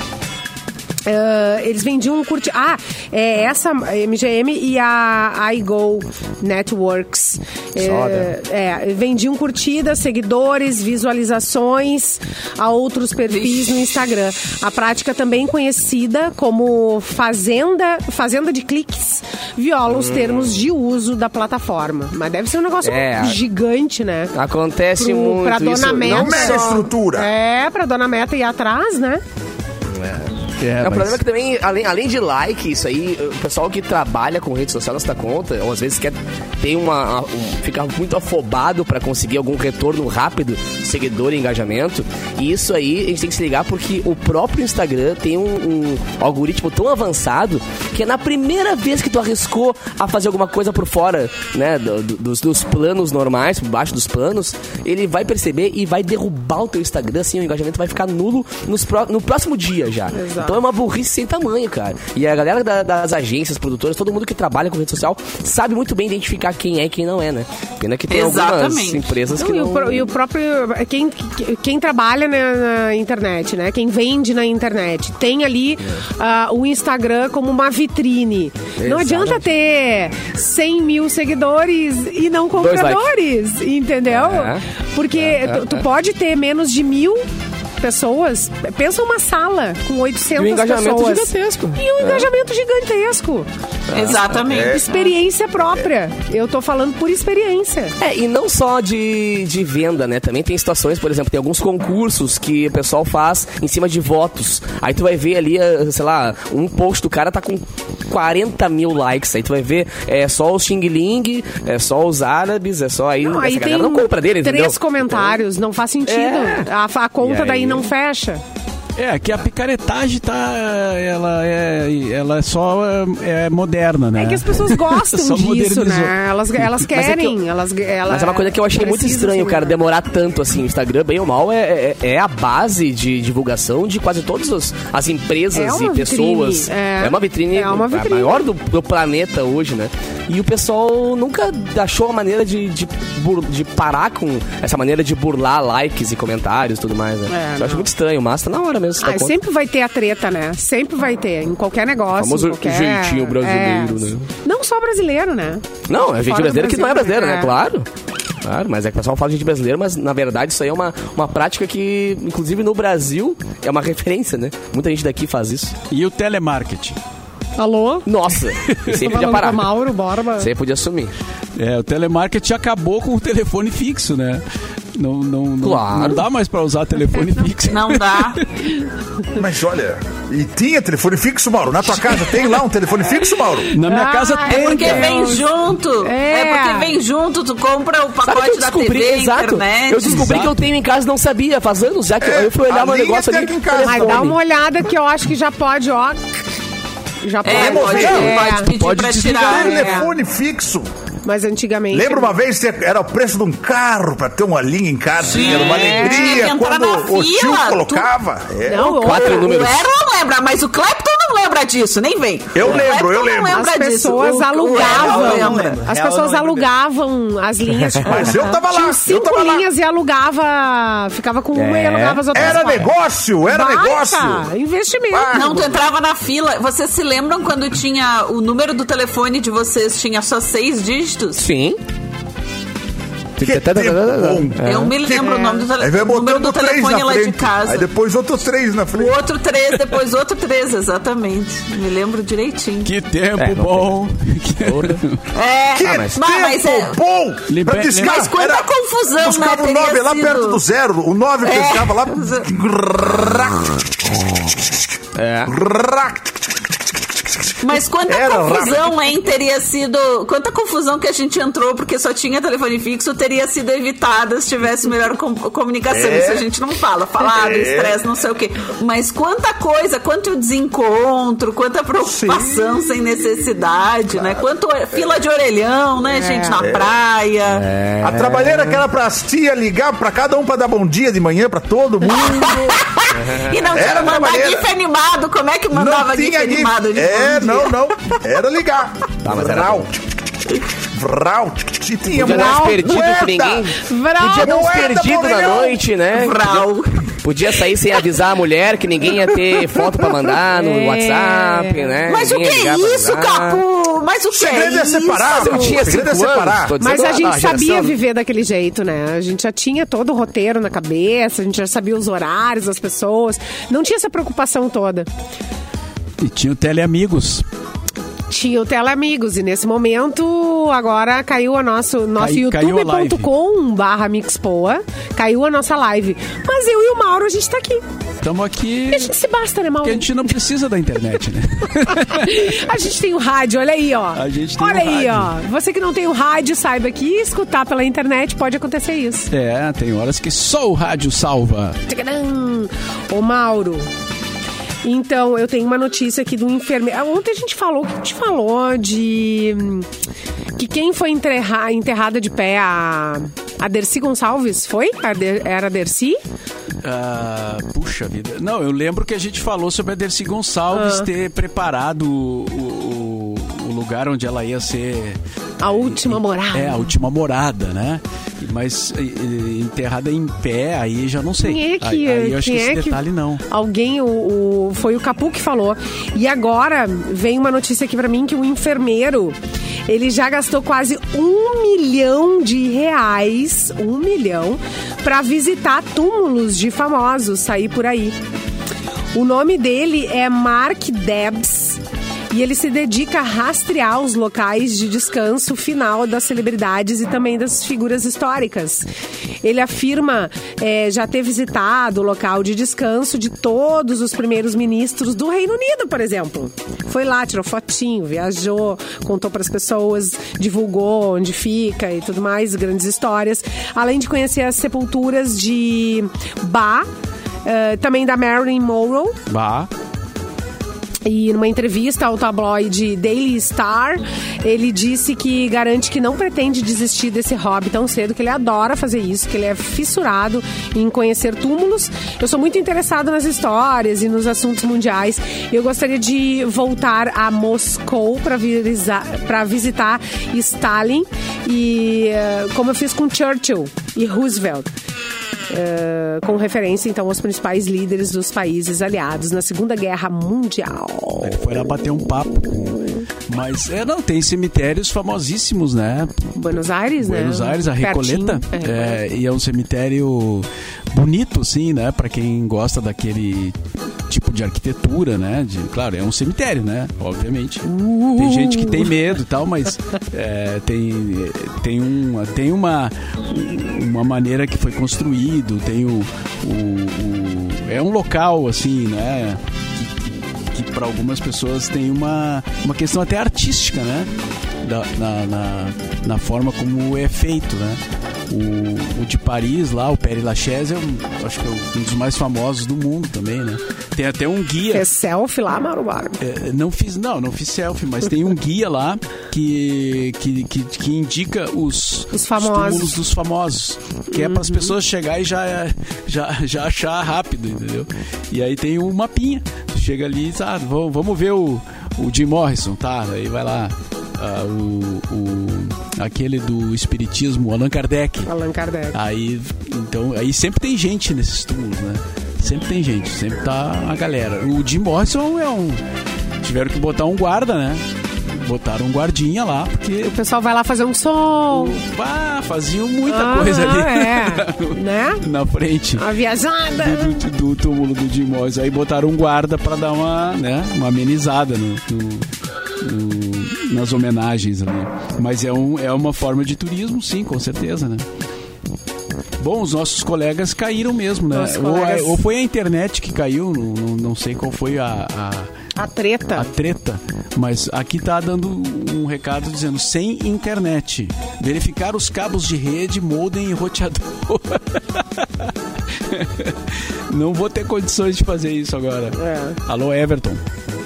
Speaker 3: é, eles vendiam um curti... Ah, é essa a MGM e a iGo Networks. É, é, vendiam curtidas, seguidores, visualizações a outros perfis no Instagram. A prática também conhecida como fazenda, fazenda de cliques viola os termos de uso da plataforma. Mas deve ser um negócio
Speaker 6: É.
Speaker 3: gigante, né?
Speaker 6: Acontece
Speaker 3: Pro-
Speaker 6: muito
Speaker 3: pra
Speaker 6: isso.
Speaker 3: dona Meta.
Speaker 4: Não merece
Speaker 3: só.
Speaker 4: estrutura.
Speaker 3: É, pra dona Meta ir atrás, né?
Speaker 1: É,
Speaker 6: É, o
Speaker 1: mas-
Speaker 6: problema é que também, além, além de like, isso aí, o pessoal que trabalha com rede social não se dá conta, ou às vezes quer tem uma. um- ficar muito afobado pra conseguir algum retorno rápido, seguidor e engajamento. E isso aí a gente tem que se ligar porque o próprio Instagram tem um, um algoritmo tão avançado que é na primeira vez que tu arriscou a fazer alguma coisa por fora, né, do- do- dos, dos planos normais, por baixo dos planos, ele vai perceber e vai derrubar o teu Instagram, assim, o engajamento vai ficar nulo nos pró- no próximo dia já. Então é uma burrice sem tamanho, cara. E a galera da- das agências, produtoras, todo mundo que trabalha com rede social sabe muito bem identificar quem é e quem não é, né? Pena que tem algumas
Speaker 5: Exatamente.
Speaker 6: empresas que
Speaker 3: Não, e,
Speaker 6: não...
Speaker 3: o, pro- e o próprio. Quem, que- quem trabalha na, na internet, né? Quem vende na internet, tem
Speaker 6: É.
Speaker 3: ali ah, o Instagram como uma vitrine. Não adianta ter 100 mil seguidores e não compradores, entendeu?
Speaker 6: É.
Speaker 3: Porque tu, tu pode ter menos de mil. Pessoas, pensa uma sala com 800
Speaker 6: E o engajamento
Speaker 3: pessoas.
Speaker 6: gigantesco. É.
Speaker 3: E um engajamento gigantesco.
Speaker 5: Exatamente.
Speaker 3: Experiência própria. Eu tô falando por experiência.
Speaker 6: É, e não só de, de venda, né? Também tem situações, por exemplo, tem alguns concursos que o pessoal faz em cima de votos. Aí tu vai ver ali, eh, sei lá, um post do cara tá com 40 mil likes. Aí tu vai ver, é só os xing-ling, é só os árabes, é só aí.
Speaker 3: Não, aí
Speaker 6: essa
Speaker 3: tem
Speaker 6: galera não compra dele,
Speaker 3: três
Speaker 6: entendeu?
Speaker 3: comentários, não faz sentido.
Speaker 6: É.
Speaker 3: A, a conta
Speaker 6: E
Speaker 3: daí
Speaker 6: aí?
Speaker 3: não fecha.
Speaker 1: É, que a picaretagem tá. Ela é, ela é só é, moderna, né?
Speaker 3: É que as pessoas gostam
Speaker 1: Só
Speaker 3: disso,
Speaker 1: modernizou.
Speaker 3: né? Elas, elas
Speaker 6: Mas é que eu-
Speaker 3: querem, elas, elas.
Speaker 6: Mas é uma coisa que eu achei muito
Speaker 3: precisam
Speaker 6: estranho,
Speaker 3: se
Speaker 6: cara, demorar
Speaker 3: melhorar.
Speaker 6: tanto assim. O Instagram, bem ou mal, é, é, é a base de divulgação de quase todas as, as empresas
Speaker 3: É uma
Speaker 6: e
Speaker 3: vitrine,
Speaker 6: pessoas.
Speaker 3: é.
Speaker 6: uma vitrine,
Speaker 3: É uma
Speaker 6: a
Speaker 3: vitrine.
Speaker 6: maior do, do planeta hoje, né? E o pessoal nunca achou a maneira de, de, bur- de parar com essa maneira de burlar likes e comentários e tudo mais, né?
Speaker 3: É,
Speaker 6: eu acho
Speaker 3: não.
Speaker 6: muito estranho, mas tá na hora mesmo. se dá
Speaker 3: Ah,
Speaker 6: conta.
Speaker 3: sempre vai ter a treta, né? Sempre vai ter, em qualquer negócio.
Speaker 6: Famoso
Speaker 3: em qualquer... é.
Speaker 6: jeitinho brasileiro, né?
Speaker 3: Não só brasileiro, né?
Speaker 6: Não, é gente
Speaker 3: Fora do
Speaker 6: brasileira que não é
Speaker 3: Brasil,
Speaker 6: brasileira, né?
Speaker 3: é.
Speaker 6: Claro. Claro, mas é que o pessoal fala de gente brasileira, mas na verdade isso aí é uma, uma prática que, inclusive no Brasil, é uma referência, né? Muita gente daqui faz isso.
Speaker 1: E o telemarketing?
Speaker 3: Alô?
Speaker 6: Nossa,
Speaker 3: Tô
Speaker 6: sempre podia
Speaker 3: Tá falando com
Speaker 6: parar.
Speaker 3: o Mauro Borba.
Speaker 6: Sempre podia assumir.
Speaker 1: É, o telemarketing acabou com o telefone fixo, né? Não, não, não,
Speaker 6: Claro.
Speaker 1: não dá mais pra usar telefone fixo.
Speaker 6: É.
Speaker 5: Não dá. É.
Speaker 4: Mas olha, e tinha telefone fixo, Mauro? Na tua casa tem lá um telefone fixo, Mauro?
Speaker 1: Na minha casa
Speaker 3: Ah, é
Speaker 1: tem.
Speaker 5: Porque
Speaker 1: cara.
Speaker 5: vem junto.
Speaker 3: É.
Speaker 5: É. porque vem junto, tu compra
Speaker 6: Sabe
Speaker 5: o
Speaker 6: o que
Speaker 5: pacote
Speaker 6: eu
Speaker 5: da
Speaker 6: descobri?
Speaker 5: TV,
Speaker 6: Exato.
Speaker 5: internet.
Speaker 6: Eu descobri que eu tenho em casa e não sabia, faz anos já que eu- eu fui
Speaker 4: a
Speaker 6: olhar meu
Speaker 4: linha
Speaker 6: negócio
Speaker 4: tem
Speaker 6: ali.
Speaker 4: aqui em casa.
Speaker 3: Mas
Speaker 6: telefone.
Speaker 3: dá uma olhada que eu acho que já pode, ó. Já pode.
Speaker 5: É, pode,
Speaker 4: É.
Speaker 5: pode pedir
Speaker 1: Pode
Speaker 5: pra
Speaker 1: desligar.
Speaker 5: tirar. né?
Speaker 4: Telefone fixo.
Speaker 3: Mas antigamente.
Speaker 4: Lembra uma vez que era o preço de um carro pra ter uma linha em casa? Era uma
Speaker 5: Tinha que
Speaker 4: alegria
Speaker 5: entrar
Speaker 4: quando
Speaker 5: na
Speaker 4: o tio
Speaker 5: fila,
Speaker 4: colocava. É.
Speaker 3: Não,
Speaker 6: Quatro
Speaker 3: eu-
Speaker 5: O
Speaker 6: números.
Speaker 5: Era não lembra, mas o Clapton não lembra disso, nem vem.
Speaker 4: Eu
Speaker 5: O
Speaker 4: lembro,
Speaker 5: Clapton
Speaker 4: eu
Speaker 5: Não
Speaker 4: lembro.
Speaker 5: lembra
Speaker 3: As
Speaker 5: disso.
Speaker 3: pessoas
Speaker 5: O- o Era não
Speaker 3: alugavam.
Speaker 5: lembra.
Speaker 3: As
Speaker 4: Ela
Speaker 3: pessoas
Speaker 4: não lembra.
Speaker 3: alugavam as linhas. tipo,
Speaker 4: Mas eu tava lá,
Speaker 3: tinham
Speaker 4: eu
Speaker 3: cinco
Speaker 4: tava lá.
Speaker 3: linhas e alugava. Ficava com uma e
Speaker 6: É.
Speaker 3: alugava as outras.
Speaker 4: Era
Speaker 3: fora.
Speaker 4: negócio, era
Speaker 3: Baita,
Speaker 4: negócio.
Speaker 3: Investimento.
Speaker 4: Ah,
Speaker 5: Não, tu entrava na fila. Vocês se lembram quando tinha o número do telefone de vocês tinha só seis dígitos?
Speaker 6: Sim.
Speaker 4: Que tempo bom.
Speaker 5: Eu me lembro o nome do, tele...
Speaker 4: Aí vai
Speaker 5: o número do
Speaker 4: botando três
Speaker 5: telefone
Speaker 4: na
Speaker 5: lá de
Speaker 4: frente.
Speaker 5: casa.
Speaker 4: Aí depois outro três na
Speaker 5: O
Speaker 4: frente.
Speaker 5: outro três, depois outro três, exatamente. Me lembro direitinho.
Speaker 1: Que tempo
Speaker 6: É, não
Speaker 1: bom.
Speaker 5: É,
Speaker 4: Ah, Que
Speaker 5: mas,
Speaker 4: tempo
Speaker 5: mas é.
Speaker 4: bom!
Speaker 1: Liber-
Speaker 4: Pra discar,
Speaker 5: Mas quanta
Speaker 4: era-
Speaker 5: confusão,
Speaker 4: Buscava
Speaker 5: né,
Speaker 4: o 9
Speaker 5: teria
Speaker 4: lá
Speaker 5: sido.
Speaker 4: perto do zero. O 9
Speaker 5: É.
Speaker 4: pescava lá.
Speaker 6: É.
Speaker 5: Mas quanta
Speaker 4: Era lá.
Speaker 5: confusão, hein, teria sido. Quanta confusão que a gente entrou porque só tinha telefone fixo teria sido evitada se tivesse melhor com- comunicação.
Speaker 4: É.
Speaker 5: Isso a gente não fala. Falado,
Speaker 4: É.
Speaker 5: estresse, não sei o quê. Mas quanta coisa, quanto desencontro, quanta preocupação sem necessidade, né? Quanto fila de orelhão,
Speaker 4: É.
Speaker 5: né, gente, na praia.
Speaker 4: A trabalheira que era pra as tia ligar pra cada um pra dar bom dia de manhã pra todo mundo.
Speaker 5: E não
Speaker 4: Era
Speaker 5: tinha
Speaker 4: uma
Speaker 5: mandar
Speaker 4: maneira.
Speaker 5: gif animado. Como é que mandava
Speaker 4: Não
Speaker 5: gif
Speaker 4: tinha ali.
Speaker 5: animado? de
Speaker 4: É,
Speaker 5: bom
Speaker 4: não,
Speaker 5: dia?
Speaker 4: não. Era ligar. Tá,
Speaker 6: mas era bom.
Speaker 4: Vral. Tinha
Speaker 6: Podia dar uns
Speaker 4: moeda.
Speaker 6: perdidos pra ninguém.
Speaker 3: Vral.
Speaker 6: Podia dar uns
Speaker 4: Moeda,
Speaker 6: perdidos na
Speaker 4: Borrelhão.
Speaker 6: noite, né?
Speaker 5: Vral.
Speaker 4: É.
Speaker 6: Podia sair sem avisar a mulher que ninguém ia ter foto pra mandar no
Speaker 3: É.
Speaker 6: WhatsApp, né?
Speaker 5: Mas o que
Speaker 6: Ninguém ia
Speaker 5: é
Speaker 6: ligar pra
Speaker 5: isso,
Speaker 6: avisar.
Speaker 5: Capu? Mas o que é
Speaker 4: Segredo é
Speaker 5: isso?
Speaker 4: separar.
Speaker 6: Eu tinha
Speaker 4: O
Speaker 6: cinco
Speaker 4: segredo é separar.
Speaker 6: anos, tô dizendo
Speaker 3: Mas a gente
Speaker 6: da geração,
Speaker 3: sabia
Speaker 6: né?
Speaker 3: viver daquele jeito, né? A gente já tinha todo o roteiro na cabeça, a gente já sabia os horários das pessoas. Não tinha essa preocupação toda.
Speaker 1: E tinha o teleamigos.
Speaker 3: Tinha o Tela Amigos e nesse momento agora caiu a nosso nosso
Speaker 1: Cai- caiu a live.
Speaker 3: youtube.com barra Mixpoa, caiu a nossa live. Mas eu e o Mauro a gente tá aqui.
Speaker 1: Estamos aqui.
Speaker 3: A gente se basta, né, Mauro?
Speaker 1: Porque a gente não precisa da internet, né?
Speaker 3: A gente tem o rádio, olha aí, ó.
Speaker 1: A gente tem
Speaker 3: olha
Speaker 1: o
Speaker 3: aí, ó. Você que não tem o rádio, saiba que escutar pela internet pode acontecer isso.
Speaker 1: É, tem horas que só o rádio salva.
Speaker 3: Tcharam! Ô, Mauro. Então, eu tenho uma notícia aqui do enfermeiro. Ontem a gente falou, que a gente falou de hum, que quem foi enterra- enterrada de pé a, a Dercy Gonçalves, foi? A Der- Era a Dercy?
Speaker 1: Ah, puxa vida. Não, eu lembro que a gente falou sobre a Dercy Gonçalves
Speaker 3: Ah.
Speaker 1: ter preparado o, o- o lugar onde ela ia ser.
Speaker 3: A última
Speaker 1: e-
Speaker 3: morada.
Speaker 1: É, a última morada, né? Mas e- e- enterrada em pé, aí já não sei.
Speaker 3: Quem é que,
Speaker 1: aí, aí eu acho
Speaker 3: quem
Speaker 1: que esse
Speaker 3: é que-
Speaker 1: detalhe não.
Speaker 3: Alguém, o, o- foi o Capu que falou. E agora vem uma notícia aqui pra mim que o enfermeiro ele já gastou quase um milhão de reais, um milhão, pra visitar túmulos de famosos, sair por aí. O nome dele é Mark Debs. E ele se dedica a rastrear os locais de descanso final das celebridades e também das figuras históricas. Ele afirma eh, já ter visitado o local de descanso de todos os primeiros ministros do Reino Unido, por exemplo. Foi lá, tirou fotinho, viajou, contou para as pessoas, divulgou onde fica e tudo mais, grandes histórias. Além de conhecer as sepulturas de Ba, eh, também da Marilyn Monroe,
Speaker 1: Bah.
Speaker 3: e numa entrevista ao tabloide Daily Star, ele disse que garante que não pretende desistir desse hobby tão cedo, que ele adora fazer isso, que ele é fissurado em conhecer túmulos. Eu sou muito interessado nas histórias e nos assuntos mundiais. Eu gostaria de voltar a Moscou para visitar Stalin e eh, como eu fiz com Churchill e Roosevelt. É, com referência então aos principais líderes dos países aliados na Segunda Guerra Mundial.
Speaker 1: Ele foi lá bater um papo. Mas, é, não, tem cemitérios famosíssimos, né?
Speaker 3: Buenos Aires, né?
Speaker 1: Buenos Aires, a Recoleta.
Speaker 3: Pertinho. É,
Speaker 1: É, e é um cemitério bonito, sim, né? Pra quem gosta daquele tipo de arquitetura, né? De, claro, é um cemitério, né? Obviamente.
Speaker 3: Uh!
Speaker 1: Tem gente que tem medo e tal, mas é, tem, tem, um, tem uma, uma maneira que foi construído, tem o, o- o- É um local, assim, né? que- Que, que para algumas pessoas tem uma, uma questão até artística, né? Da- na, na, na forma como é feito, né? O, o de Paris lá, o Père Lachaise, é um, acho que é um dos mais famosos do mundo também, né? Tem até um guia.
Speaker 3: Fez é selfie lá, Mauro Barba.
Speaker 1: É, não fiz, não, não fiz selfie, mas tem um guia lá que, que, que, que indica os,
Speaker 3: Os famosos. Uhum.
Speaker 1: túmulos dos famosos. Que é para as pessoas chegar e já, já, já achar rápido, entendeu? E aí tem um mapinha. Tu Chega ali e diz, ah, vamos, vamos ver o, o Jim Morrison, tá? Aí vai lá. ah, o, o- aquele do espiritismo, Allan Kardec.
Speaker 3: Allan Kardec.
Speaker 1: Aí, então, aí sempre tem gente nesses túmulos, né? Sempre tem gente, sempre tá a galera. O Jim Morrison é um. Tiveram que botar um guarda, né? Botaram um guardinha lá, porque.
Speaker 3: O pessoal vai lá fazer um som.
Speaker 1: Ah, faziam muita
Speaker 3: Ah,
Speaker 1: coisa ali.
Speaker 3: é. Né?
Speaker 1: Na frente.
Speaker 3: A viajada.
Speaker 1: Do, do- do túmulo do Jim Morrison. Aí botaram um guarda pra dar uma, né, uma amenizada no, no- no- nas homenagens ali. Mas é, um, é uma forma de turismo, sim, com certeza, né? Bom, os nossos colegas caíram mesmo, né?
Speaker 3: Nossos
Speaker 1: Ou, a-
Speaker 3: colegas.
Speaker 1: ou foi a internet que caiu, não, não, não sei qual foi a- a,
Speaker 3: A treta.
Speaker 1: a treta, mas aqui tá dando um recado dizendo sem internet. Verificar os cabos de rede, modem e roteador. Não vou ter condições de fazer isso agora.
Speaker 3: É.
Speaker 1: Alô, Everton.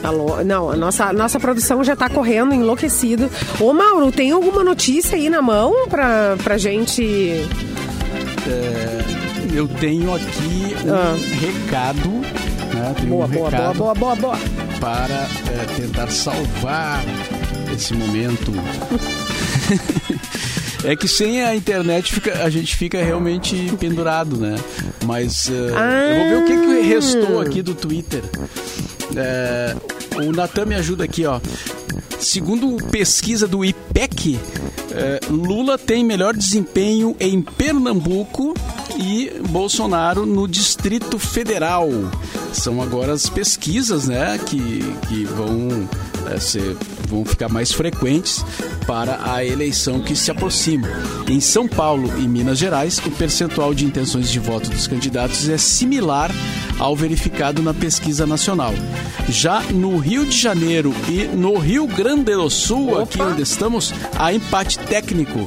Speaker 3: Alô? Não, a nossa, nossa produção já tá correndo, enlouquecido. Ô, Mauro, tem alguma notícia aí na mão pra, pra gente.
Speaker 1: Eu tenho aqui um
Speaker 3: Ah.
Speaker 1: recado. Né? Tenho
Speaker 3: Boa,
Speaker 1: um
Speaker 3: boa, boa,
Speaker 1: recado
Speaker 3: boa, boa, boa.
Speaker 1: para eh, tentar salvar esse momento. é que sem a internet fica- a gente fica realmente pendurado, né? Mas eh, eu vou ver o que,
Speaker 3: Ah.
Speaker 1: que restou aqui do Twitter. Eh, o Natan me ajuda aqui, ó. Segundo pesquisa do IPEC, eh, Lula tem melhor desempenho em Pernambuco e Bolsonaro no Distrito Federal. São agora as pesquisas, né, que, que vão, eh, ser, vão ficar mais frequentes para a eleição que se aproxima. Em São Paulo e Minas Gerais, o percentual de intenções de voto dos candidatos é similar ao verificado na pesquisa nacional. Já no Rio de Janeiro e no Rio Grande do Sul, aqui onde estamos, há empate técnico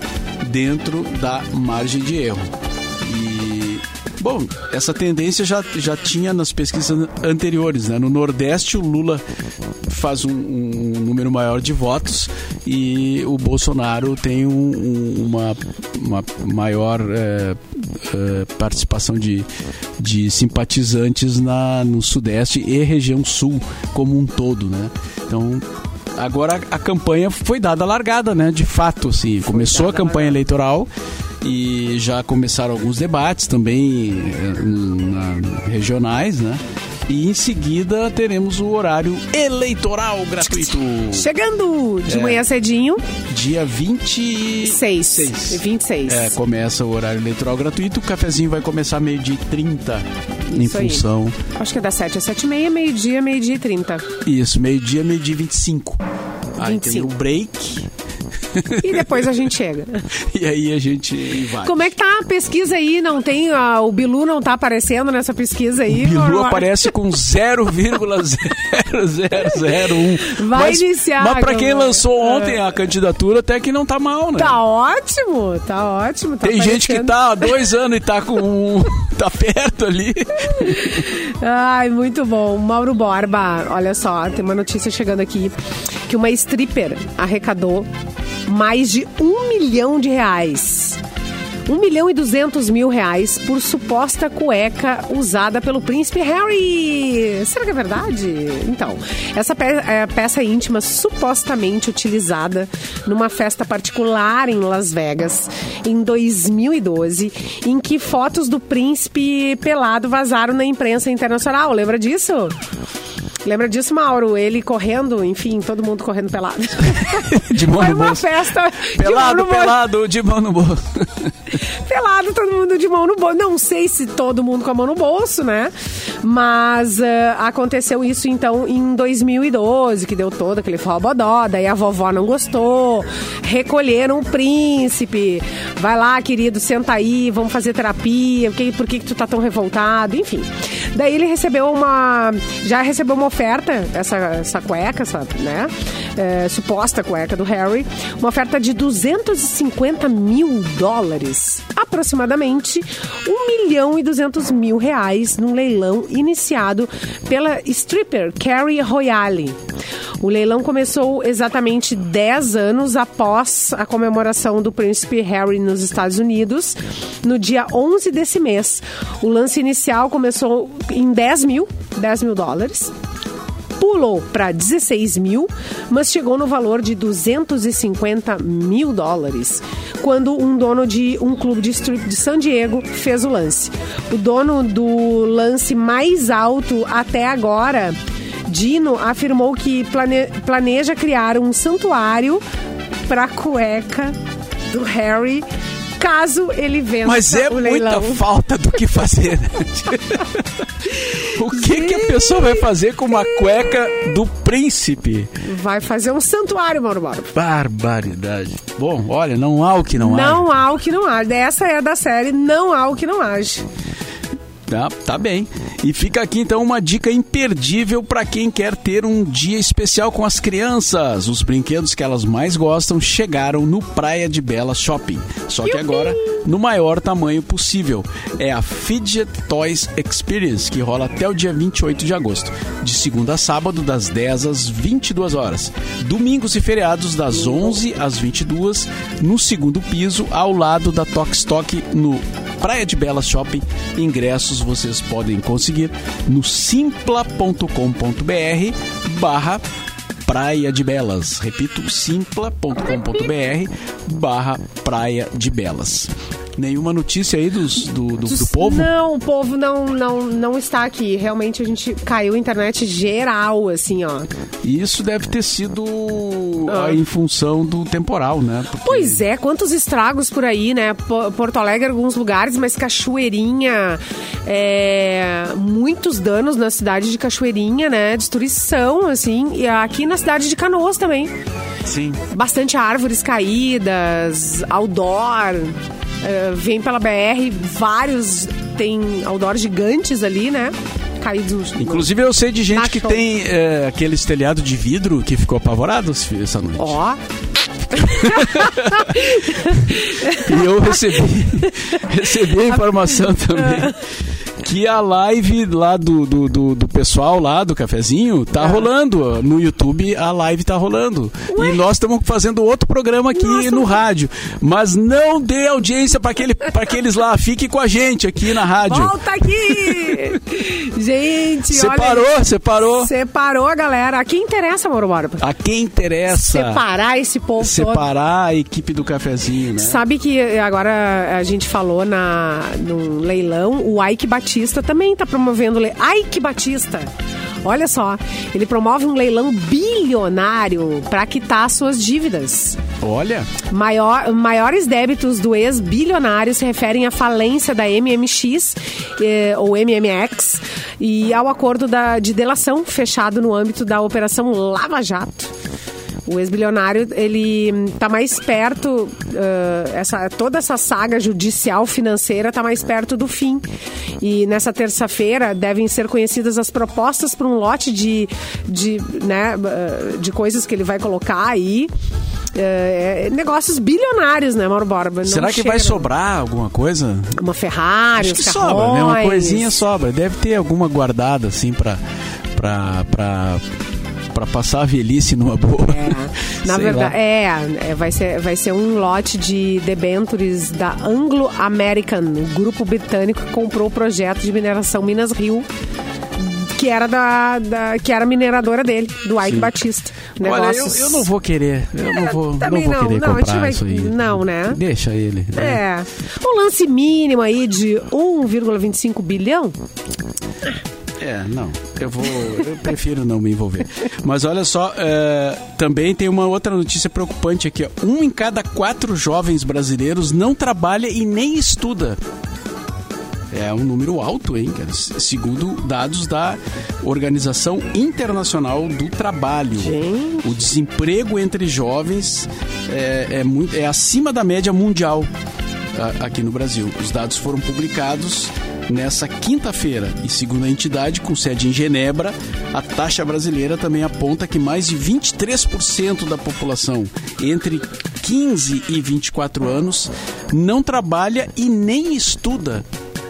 Speaker 1: dentro da margem de erro. E Bom, essa tendência já, já tinha nas pesquisas anteriores, né? No Nordeste, o Lula faz um, um número maior de votos e o Bolsonaro tem um- um- uma, uma maior eh, eh, participação de, de simpatizantes na, no Sudeste e região Sul como um todo, né? Então, agora a campanha foi dada largada, né? De fato, assim, começou a campanha eleitoral e já começaram alguns debates também eh, na- regionais, né? E em seguida teremos o horário eleitoral gratuito.
Speaker 3: Chegando de
Speaker 1: É.
Speaker 3: manhã cedinho,
Speaker 1: Dia 26.
Speaker 3: 6. 26.
Speaker 1: É, começa o horário eleitoral gratuito. O cafezinho vai começar meio-dia e 30 em
Speaker 3: Isso aí.
Speaker 1: função.
Speaker 3: Acho que é das 7 às 7 e meia, meio-dia, meio-dia e 30.
Speaker 1: Isso, meio-dia, meio-dia e 25. Aí tem
Speaker 3: 25.
Speaker 1: o break
Speaker 3: E depois a gente chega.
Speaker 1: e aí a gente vai.
Speaker 3: Como é que tá a pesquisa aí? Não tem. ah, o Bilu não tá aparecendo nessa pesquisa aí.
Speaker 1: Bilu
Speaker 3: Mauro?
Speaker 1: aparece com 0,0001.
Speaker 3: Vai iniciar,
Speaker 1: Mas pra quem
Speaker 3: Gamora.
Speaker 1: lançou ontem a candidatura, até que não tá mal, né?
Speaker 3: Tá ótimo, tá ótimo. tá
Speaker 1: Tem gente que
Speaker 3: aparecendo.
Speaker 1: tá há dois anos e tá com um... Tá perto ali.
Speaker 3: Ai, muito bom. Mauro Borba, olha só, tem uma notícia chegando aqui que uma stripper arrecadou mais de um milhão de reais. Um milhão e duzentos mil reais por suposta cueca usada pelo príncipe Harry. Será que é verdade? Então, essa pe- é, peça íntima supostamente utilizada numa festa particular em Las Vegas em 2012, em que fotos do príncipe pelado vazaram na imprensa internacional. Lembra disso? Lembra disso, Mauro? Ele correndo, enfim, todo mundo correndo pelado.
Speaker 1: De mão
Speaker 3: Foi
Speaker 1: no
Speaker 3: uma
Speaker 1: bolso.
Speaker 3: festa de
Speaker 1: Pelado,
Speaker 3: mão no bolso.
Speaker 1: pelado, de mão no bolso.
Speaker 3: Pelado, todo mundo de mão no bolso. Não sei se todo mundo com a mão no bolso, né? Mas ah, aconteceu isso, então, em 2012, que deu todo aquele forrobodó, daí a vovó não gostou, recolheram o príncipe. Vai lá, querido, senta aí, vamos fazer terapia, por que, por que, que tu tá tão revoltado, enfim. Daí ele recebeu uma... Já recebeu uma oferta, essa, essa cueca, essa, né? É, suposta cueca do Harry, uma oferta de 250 mil dólares, aproximadamente 1 milhão e 200 mil reais num leilão iniciado pela stripper Carrie Royale. O leilão começou exatamente 10 anos após a comemoração do príncipe Harry nos Estados Unidos, no dia 11 desse mês. O lance inicial começou em 10 mil, 10 mil dólares pulou para 16 mil, mas chegou no valor de 250 mil dólares, quando um dono de um clube de strip de San Diego fez o lance. O dono do lance mais alto até agora, Dino, afirmou que plane- planeja criar um santuário para cueca do Harry. Caso ele vença
Speaker 1: Mas é
Speaker 3: o
Speaker 1: muita
Speaker 3: leilão.
Speaker 1: falta do que fazer. né? o que, que a pessoa vai fazer com uma cueca do príncipe?
Speaker 3: Vai fazer um santuário, Mauro Mauro.
Speaker 1: Barbaridade. Bom, olha, não há o que não, há.
Speaker 3: Não há o que não age. Essa é da série Não há o que não age.
Speaker 1: Tá, tá bem. E fica aqui então uma dica imperdível para quem quer ter um dia especial com as crianças. Os brinquedos que elas mais gostam chegaram no Praia de Bela Shopping. Só que agora no maior tamanho possível. É a Fidget Toys Experience, que rola até o dia 28 de agosto. De segunda a sábado, das 10 às 22 horas. Domingos e feriados, das 11 às 22, no segundo piso, ao lado da Tox Tok, no Praia de Belas Shopping. Ingressos vocês podem conseguir no simpla.com.br barra Praia de Belas. Repito, simpla.com.br barra Praia de Belas. Nenhuma notícia aí dos, do, do, do povo?
Speaker 3: Não, o povo não, não, não está aqui. Realmente a gente caiu a internet geral, assim, ó.
Speaker 1: Isso deve ter sido ah, em função do temporal, né? Porque-
Speaker 3: Pois é, quantos estragos por aí, né? Po- Porto Alegre, alguns lugares, mas Cachoeirinha, é, muitos danos na cidade de Cachoeirinha, né? Destruição, assim, e aqui na cidade de Canoas também.
Speaker 1: Sim.
Speaker 3: bastante árvores caídas, outdoor. eh, vem pela BR, vários tem outdoor gigantes ali, né? Caídos. no-
Speaker 1: Inclusive eu sei de gente
Speaker 3: Na
Speaker 1: que
Speaker 3: show.
Speaker 1: tem é, aquele telhado de vidro que ficou apavorado essa noite.
Speaker 3: Ó,
Speaker 1: E eu recebi, recebi a informação também que a live lá do, do, do, do pessoal lá do cafezinho tá rolando. ó. No YouTube a live tá rolando. E nós estamos fazendo outro programa aqui no rádio. Mas não dê audiência para aquele, pra aqueles lá. Fique com a gente aqui na rádio.
Speaker 3: volta aqui! Gente,
Speaker 1: separou,
Speaker 3: olha.
Speaker 1: separou.
Speaker 3: Separou a galera. A quem interessa, Mauro Borba?
Speaker 1: A quem interessa
Speaker 3: Separar esse povo todo.
Speaker 1: separar a equipe do cafezinho, né?
Speaker 3: Sabe que agora a gente falou na, no leilão, o Ike Batista também está promovendo le... Ike Batista! Olha só, ele promove um leilão bilionário para quitar suas dívidas.
Speaker 1: Olha,
Speaker 3: Maior- maiores débitos do ex-bilionário se referem à falência da MMX eh, ou MMX e ao acordo da, de delação fechado no âmbito da Operação Lava Jato. O ex-bilionário, ele hum, tá mais perto, eh, essa, toda essa saga judicial financeira tá mais perto do fim. E nessa terça-feira devem ser conhecidas as propostas para um lote de, de, né, eh, de coisas que ele vai colocar aí. É, é, negócios bilionários, né, Mauro Borba? Não
Speaker 1: será que vai
Speaker 3: chega. é
Speaker 1: sobrar alguma coisa?
Speaker 3: Uma Ferrari,
Speaker 1: Acho
Speaker 3: os
Speaker 1: que
Speaker 3: carrões.
Speaker 1: sobra, né? Uma coisinha sobra. Deve ter alguma guardada, assim, pra. pra, pra pra passar a velhice numa boa.
Speaker 3: É, na
Speaker 1: Sei
Speaker 3: verdade,
Speaker 1: lá.
Speaker 3: é, é, vai ser, vai ser um lote de debentures da Anglo-American, um grupo britânico que comprou o projeto de mineração Minas Rio, que era da, da- que era a mineradora dele, do Ike Batista.
Speaker 1: Olha, eu,
Speaker 3: Negócios- É,
Speaker 1: eu não vou querer. Eu não vou, não
Speaker 3: também
Speaker 1: vou
Speaker 3: não,
Speaker 1: querer
Speaker 3: não, a gente
Speaker 1: comprar
Speaker 3: vai-
Speaker 1: isso aí.
Speaker 3: não, né?
Speaker 1: Deixa ele. né?
Speaker 3: É. Um lance mínimo aí de 1,25 bilhão.
Speaker 1: É, não. Eu vou. Eu prefiro não me envolver. Mas olha só, é, também tem uma outra notícia preocupante aqui. ó. Um em cada quatro jovens brasileiros não trabalha e nem estuda. É um número alto, hein, cara? S- Segundo dados da Organização Internacional do Trabalho. O desemprego entre jovens é, é muito, é acima da média mundial a- aqui no Brasil. Os dados foram publicados nessa quinta-feira e, segundo a entidade, com sede em Genebra, a taxa brasileira também aponta que mais de 23% da população entre 15 e 24 anos não trabalha e nem estuda.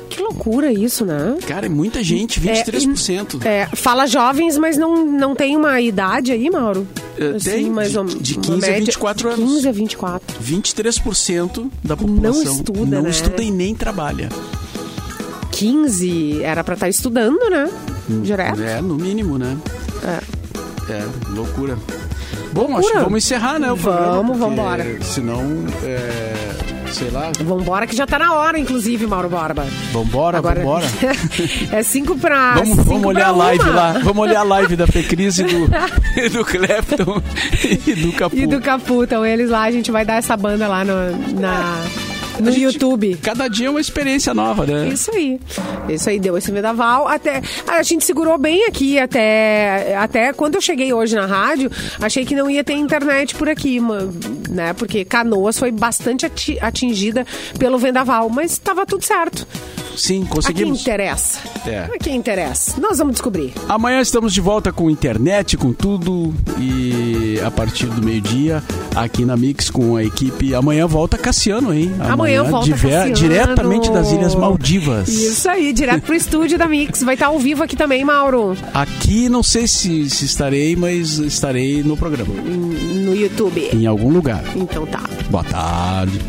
Speaker 3: Que loucura isso, né?
Speaker 1: Cara, é muita gente, 23%.
Speaker 3: É, fala jovens, mas não, não tem uma idade aí, Mauro? Assim,
Speaker 1: É, tem, de- de 15 a 24
Speaker 3: de
Speaker 1: anos.
Speaker 3: 15 a 24.
Speaker 1: 23% da população
Speaker 3: estuda,
Speaker 1: não
Speaker 3: né?
Speaker 1: estuda e nem trabalha.
Speaker 3: 15 era pra estar estudando, né? Direto.
Speaker 1: É, no mínimo, né? É. loucura. Bom, acho que vamos encerrar, né? O programa,
Speaker 3: Vamos,
Speaker 1: porque
Speaker 3: vambora.
Speaker 1: Senão, é, sei lá,
Speaker 3: Vambora, que já tá na hora, inclusive, Mauro Borba.
Speaker 1: vambora, vambora.
Speaker 3: é 5 pra.
Speaker 1: Vamos,
Speaker 3: cinco
Speaker 1: vamos olhar
Speaker 3: pra
Speaker 1: a live
Speaker 3: uma.
Speaker 1: lá. Vamos olhar a live da Fecris e do, e do Clapton e do Capu.
Speaker 3: E do Capu, então eles lá, a gente vai dar essa banda lá no, na, no
Speaker 1: A gente-
Speaker 3: YouTube.
Speaker 1: Cada dia é uma experiência nova, né?
Speaker 3: Isso aí. Isso aí, deu esse vendaval. Até, a gente segurou bem aqui, até, até quando eu cheguei hoje na rádio, achei que não ia ter internet por aqui, ma- né? Porque Canoas foi bastante ati- atingida pelo vendaval, mas estava tudo certo.
Speaker 1: Sim,
Speaker 3: A quem
Speaker 1: conseguimos.
Speaker 3: interessa?
Speaker 1: É.
Speaker 3: A quem interessa? Nós vamos descobrir.
Speaker 1: Amanhã estamos de volta com internet, com tudo e a partir do meio-dia aqui na Mix com a equipe. Amanhã volta Cassiano, hein?
Speaker 3: Amanhã, volta Cassiano.
Speaker 1: diretamente das Ilhas Maldivas.
Speaker 3: Isso aí, direto pro estúdio da Mix. Vai estar ao vivo aqui também, Mauro,
Speaker 1: Aqui não sei se, se estarei, mas estarei no programa,
Speaker 3: no YouTube.
Speaker 1: em algum lugar.
Speaker 3: Então tá.
Speaker 1: Boa tarde.